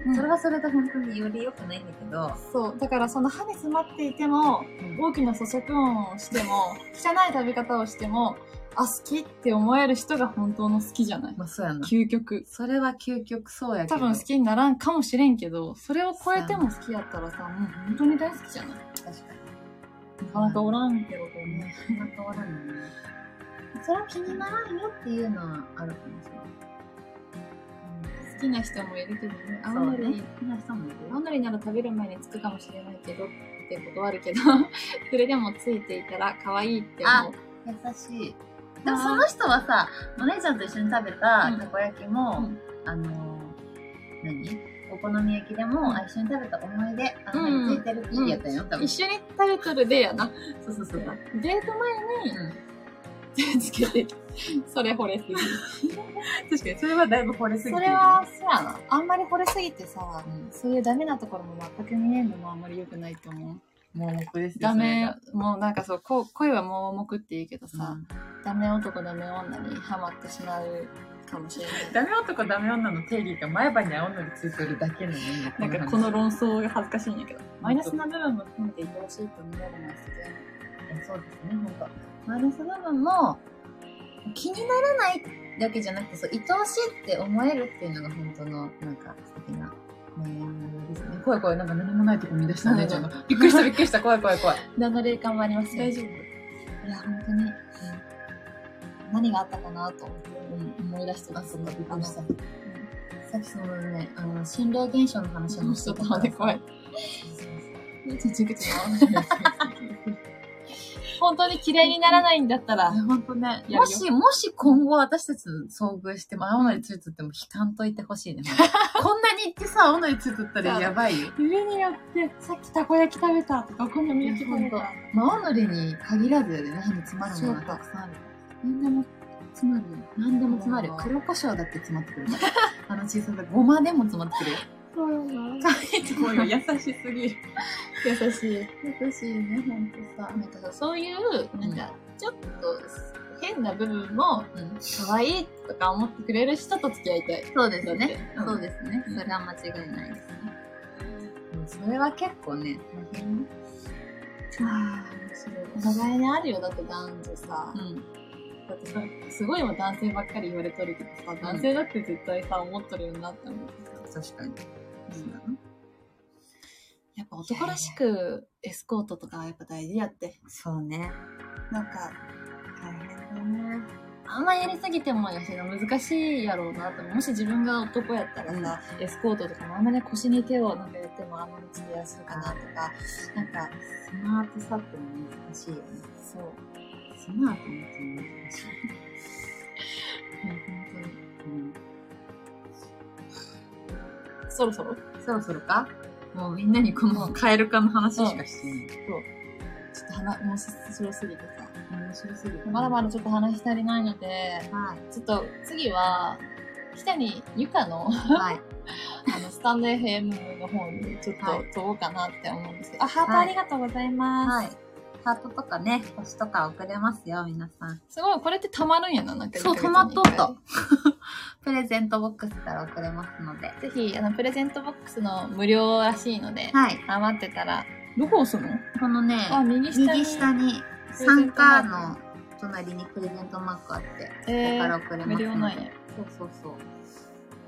[SPEAKER 1] うん
[SPEAKER 2] それはそれで本当により良くないんだけど、
[SPEAKER 1] そうだからその歯に詰まっていても大きな咀嚼音をしても汚い食べ方をしてもあ好きって思える人が本当の好きじゃない
[SPEAKER 2] まあそうやな。
[SPEAKER 1] 究極
[SPEAKER 2] それは究極そうやけど。
[SPEAKER 1] 多分好きにならんかもしれんけどそれを超えても好きやったらさもう本当に大好きじゃない
[SPEAKER 2] 確かに。
[SPEAKER 1] なかなかお
[SPEAKER 2] ん。
[SPEAKER 1] らんけどね
[SPEAKER 2] ね、なかなかおらんよね。それは気にならんよっていうのはあるかもしれない。
[SPEAKER 1] 好きな人もいるけどねあ
[SPEAKER 2] そ
[SPEAKER 1] んま
[SPEAKER 2] うね
[SPEAKER 1] り
[SPEAKER 2] 好きな人もいるよ
[SPEAKER 1] 青のりなら食べる前につくかもしれないけどって断るけど それでもついていたら可愛いって思う
[SPEAKER 2] 優しいでもその人はさお姉ちゃんと一緒に食べたたこ焼きも、
[SPEAKER 1] うん
[SPEAKER 2] あの何お好み焼きでも、あ一緒に食べた思い出あんまりついてるってやったよ、多分
[SPEAKER 1] 一緒に食べとるでやな
[SPEAKER 2] そうそうそうそう
[SPEAKER 1] デート前に手つけて それ惚れすぎ
[SPEAKER 2] 確かにそれはだいぶ惚れす
[SPEAKER 1] それはそうやなあんまり惚れすぎてさ、
[SPEAKER 2] うん
[SPEAKER 1] そういうダメなところも全く見えんのもあんまり良くないと思う
[SPEAKER 2] 盲目ですよ
[SPEAKER 1] ダメ
[SPEAKER 2] そ
[SPEAKER 1] もうなんかそうこう恋は盲目って言うけど
[SPEAKER 2] れが
[SPEAKER 1] さ、ダメ男ダメ女にハマってしまうかもしれ
[SPEAKER 2] うん
[SPEAKER 1] ない
[SPEAKER 2] ダメ男ダメ女の定義が前歯に青のりついてるだけなのに
[SPEAKER 1] なんかこの論争が恥ずかしいんやけどマイナスな部分も含めていってほしいと思うのも好きやな
[SPEAKER 2] えそうですね、本当。マイナス部分も、気にならないだけじゃなくて、そう、愛おしいって思えるっていうのが本当の、なんか、素敵な恋愛ですね。怖い怖い、なんか何もないとこ見出した
[SPEAKER 1] う
[SPEAKER 2] お
[SPEAKER 1] ん
[SPEAKER 2] 姉ちゃんが。びっくりした、びっくりした、怖い怖い怖い。
[SPEAKER 1] 何の霊感もありません
[SPEAKER 2] 大丈
[SPEAKER 1] 夫いや本当に、何があったかなと思って思い出してます
[SPEAKER 2] びっくりした。
[SPEAKER 1] あ
[SPEAKER 2] さっきそのね、あの、心霊現象の話をしてたか
[SPEAKER 1] う
[SPEAKER 2] ら
[SPEAKER 1] んちょっと待って怖い
[SPEAKER 2] そうそうそう
[SPEAKER 1] ちち口が合わない。
[SPEAKER 3] 本当に嫌いにならないんだったら。
[SPEAKER 1] ほんとね。やる
[SPEAKER 2] も
[SPEAKER 1] よ
[SPEAKER 2] し、もし今後私たちと遭遇して、まあ、青のりついつっても悲観といてほ しいね。こんなに行ってさ、青のりついつったらやばいよ。
[SPEAKER 1] 上によって、さっきたこ焼き食べたとか、お好み焼き食べた。
[SPEAKER 2] まあ、青のりに限らずよね、何つまるものが
[SPEAKER 1] そうか
[SPEAKER 2] たくさんある。何でも詰まるよ。何でも詰まるよ
[SPEAKER 1] あ。ー
[SPEAKER 2] 黒胡椒だって詰まってくる から。あの小ささ、ごまでも詰まってくるよ。
[SPEAKER 1] そうよ
[SPEAKER 2] 可愛いと思うよ。優しすぎる。
[SPEAKER 1] 優しい。
[SPEAKER 2] 優しいね、ほんとさ。
[SPEAKER 1] なんかさ そういう、なんか、ちょっと変な部分も、
[SPEAKER 2] うん
[SPEAKER 1] 可愛いとか思ってくれる人と付き合いたい。
[SPEAKER 2] そうです
[SPEAKER 1] だって
[SPEAKER 2] ね。
[SPEAKER 1] うん
[SPEAKER 2] そうですね。
[SPEAKER 1] うん
[SPEAKER 2] それは間違いないですね。うんそれは結構ね、大変よ
[SPEAKER 1] ああ、お互いにあるよ。だって男女さ。だってさ、すごい今男性ばっかり言われとるけどさ、男性だって絶対さ、思っとるよなって思ってさ。
[SPEAKER 2] 確かに。そうだな
[SPEAKER 1] やっぱ男らしくエスコートとかはやっぱ大事やって。
[SPEAKER 2] そうね。
[SPEAKER 1] なんか、大変だね。あんまやりすぎてもやしな、難しいやろうなって。もし自分が男やったらさ、エスコートとかもあんまね、腰に手をなんかやってもあんまりつぶやするかなとか、なんか、
[SPEAKER 2] スマートさっても難しいよね。
[SPEAKER 1] そう。
[SPEAKER 2] スマートなっても難しい。
[SPEAKER 1] 本当に。
[SPEAKER 2] うん
[SPEAKER 1] そろそろちょ
[SPEAKER 2] そろそろかもうみんなにこのカエル化の話しかしてない。
[SPEAKER 1] っと話、もうす白すぎてさ。
[SPEAKER 2] 面白すぎる
[SPEAKER 1] まだまだちょっと話し足りないので、
[SPEAKER 2] だ。はい。
[SPEAKER 1] ちょっと次は、北にゆか の
[SPEAKER 2] はい。
[SPEAKER 1] あのスタンド FM の方にちょっと
[SPEAKER 2] はい
[SPEAKER 1] 飛ぼうかなって思うんですけど、あ、ハート
[SPEAKER 2] は
[SPEAKER 1] あ
[SPEAKER 2] い
[SPEAKER 1] りがとうございます。
[SPEAKER 2] はい。ハートとかね、星とか送れますよ、皆さん。
[SPEAKER 1] すごい、これってたまるんやな、なんか。
[SPEAKER 2] そう、
[SPEAKER 1] 1
[SPEAKER 2] 止
[SPEAKER 1] ヶ
[SPEAKER 2] ま
[SPEAKER 1] 月
[SPEAKER 2] っ
[SPEAKER 1] に
[SPEAKER 2] と
[SPEAKER 1] 一
[SPEAKER 2] っ
[SPEAKER 1] 回
[SPEAKER 2] た。プレゼントボックスから送れますので。
[SPEAKER 1] ぜひ、あの、プレゼントボックスの無料らしいので、
[SPEAKER 2] はい。
[SPEAKER 1] 余ってたら。どこ押すの
[SPEAKER 2] このね、
[SPEAKER 1] あ、右下に。
[SPEAKER 2] 右下に参加の隣にプレゼントマークあって、
[SPEAKER 1] えー
[SPEAKER 2] そこから送れます
[SPEAKER 1] 無料
[SPEAKER 2] の
[SPEAKER 1] な
[SPEAKER 2] で
[SPEAKER 1] んや。
[SPEAKER 2] そうそうそう。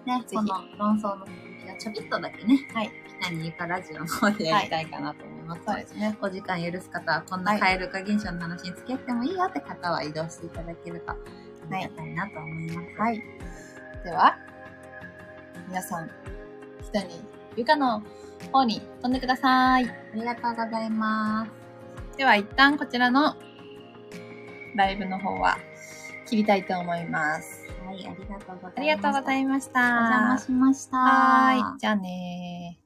[SPEAKER 2] ね、
[SPEAKER 1] ひ
[SPEAKER 2] この論争の続きはちょびっとだけね、
[SPEAKER 1] はい。
[SPEAKER 2] 何かラジオの方でやりたいかなと思います。
[SPEAKER 1] そうですね。
[SPEAKER 2] お時間許す方は、こんなカエル化現象の話に付き合ってもいいよって方は移動していただけると、ありがたいなと思います。
[SPEAKER 1] はい。では、皆さん、北にゆかの方に飛んでください。
[SPEAKER 2] ありがとうございます。
[SPEAKER 1] では一旦こちらのライブの方は切りたいと思います。
[SPEAKER 2] はい、ありがとうございます。
[SPEAKER 1] ありがとうござ
[SPEAKER 2] ま
[SPEAKER 1] いました。
[SPEAKER 2] お邪魔しました。
[SPEAKER 1] はーい。じゃあねー。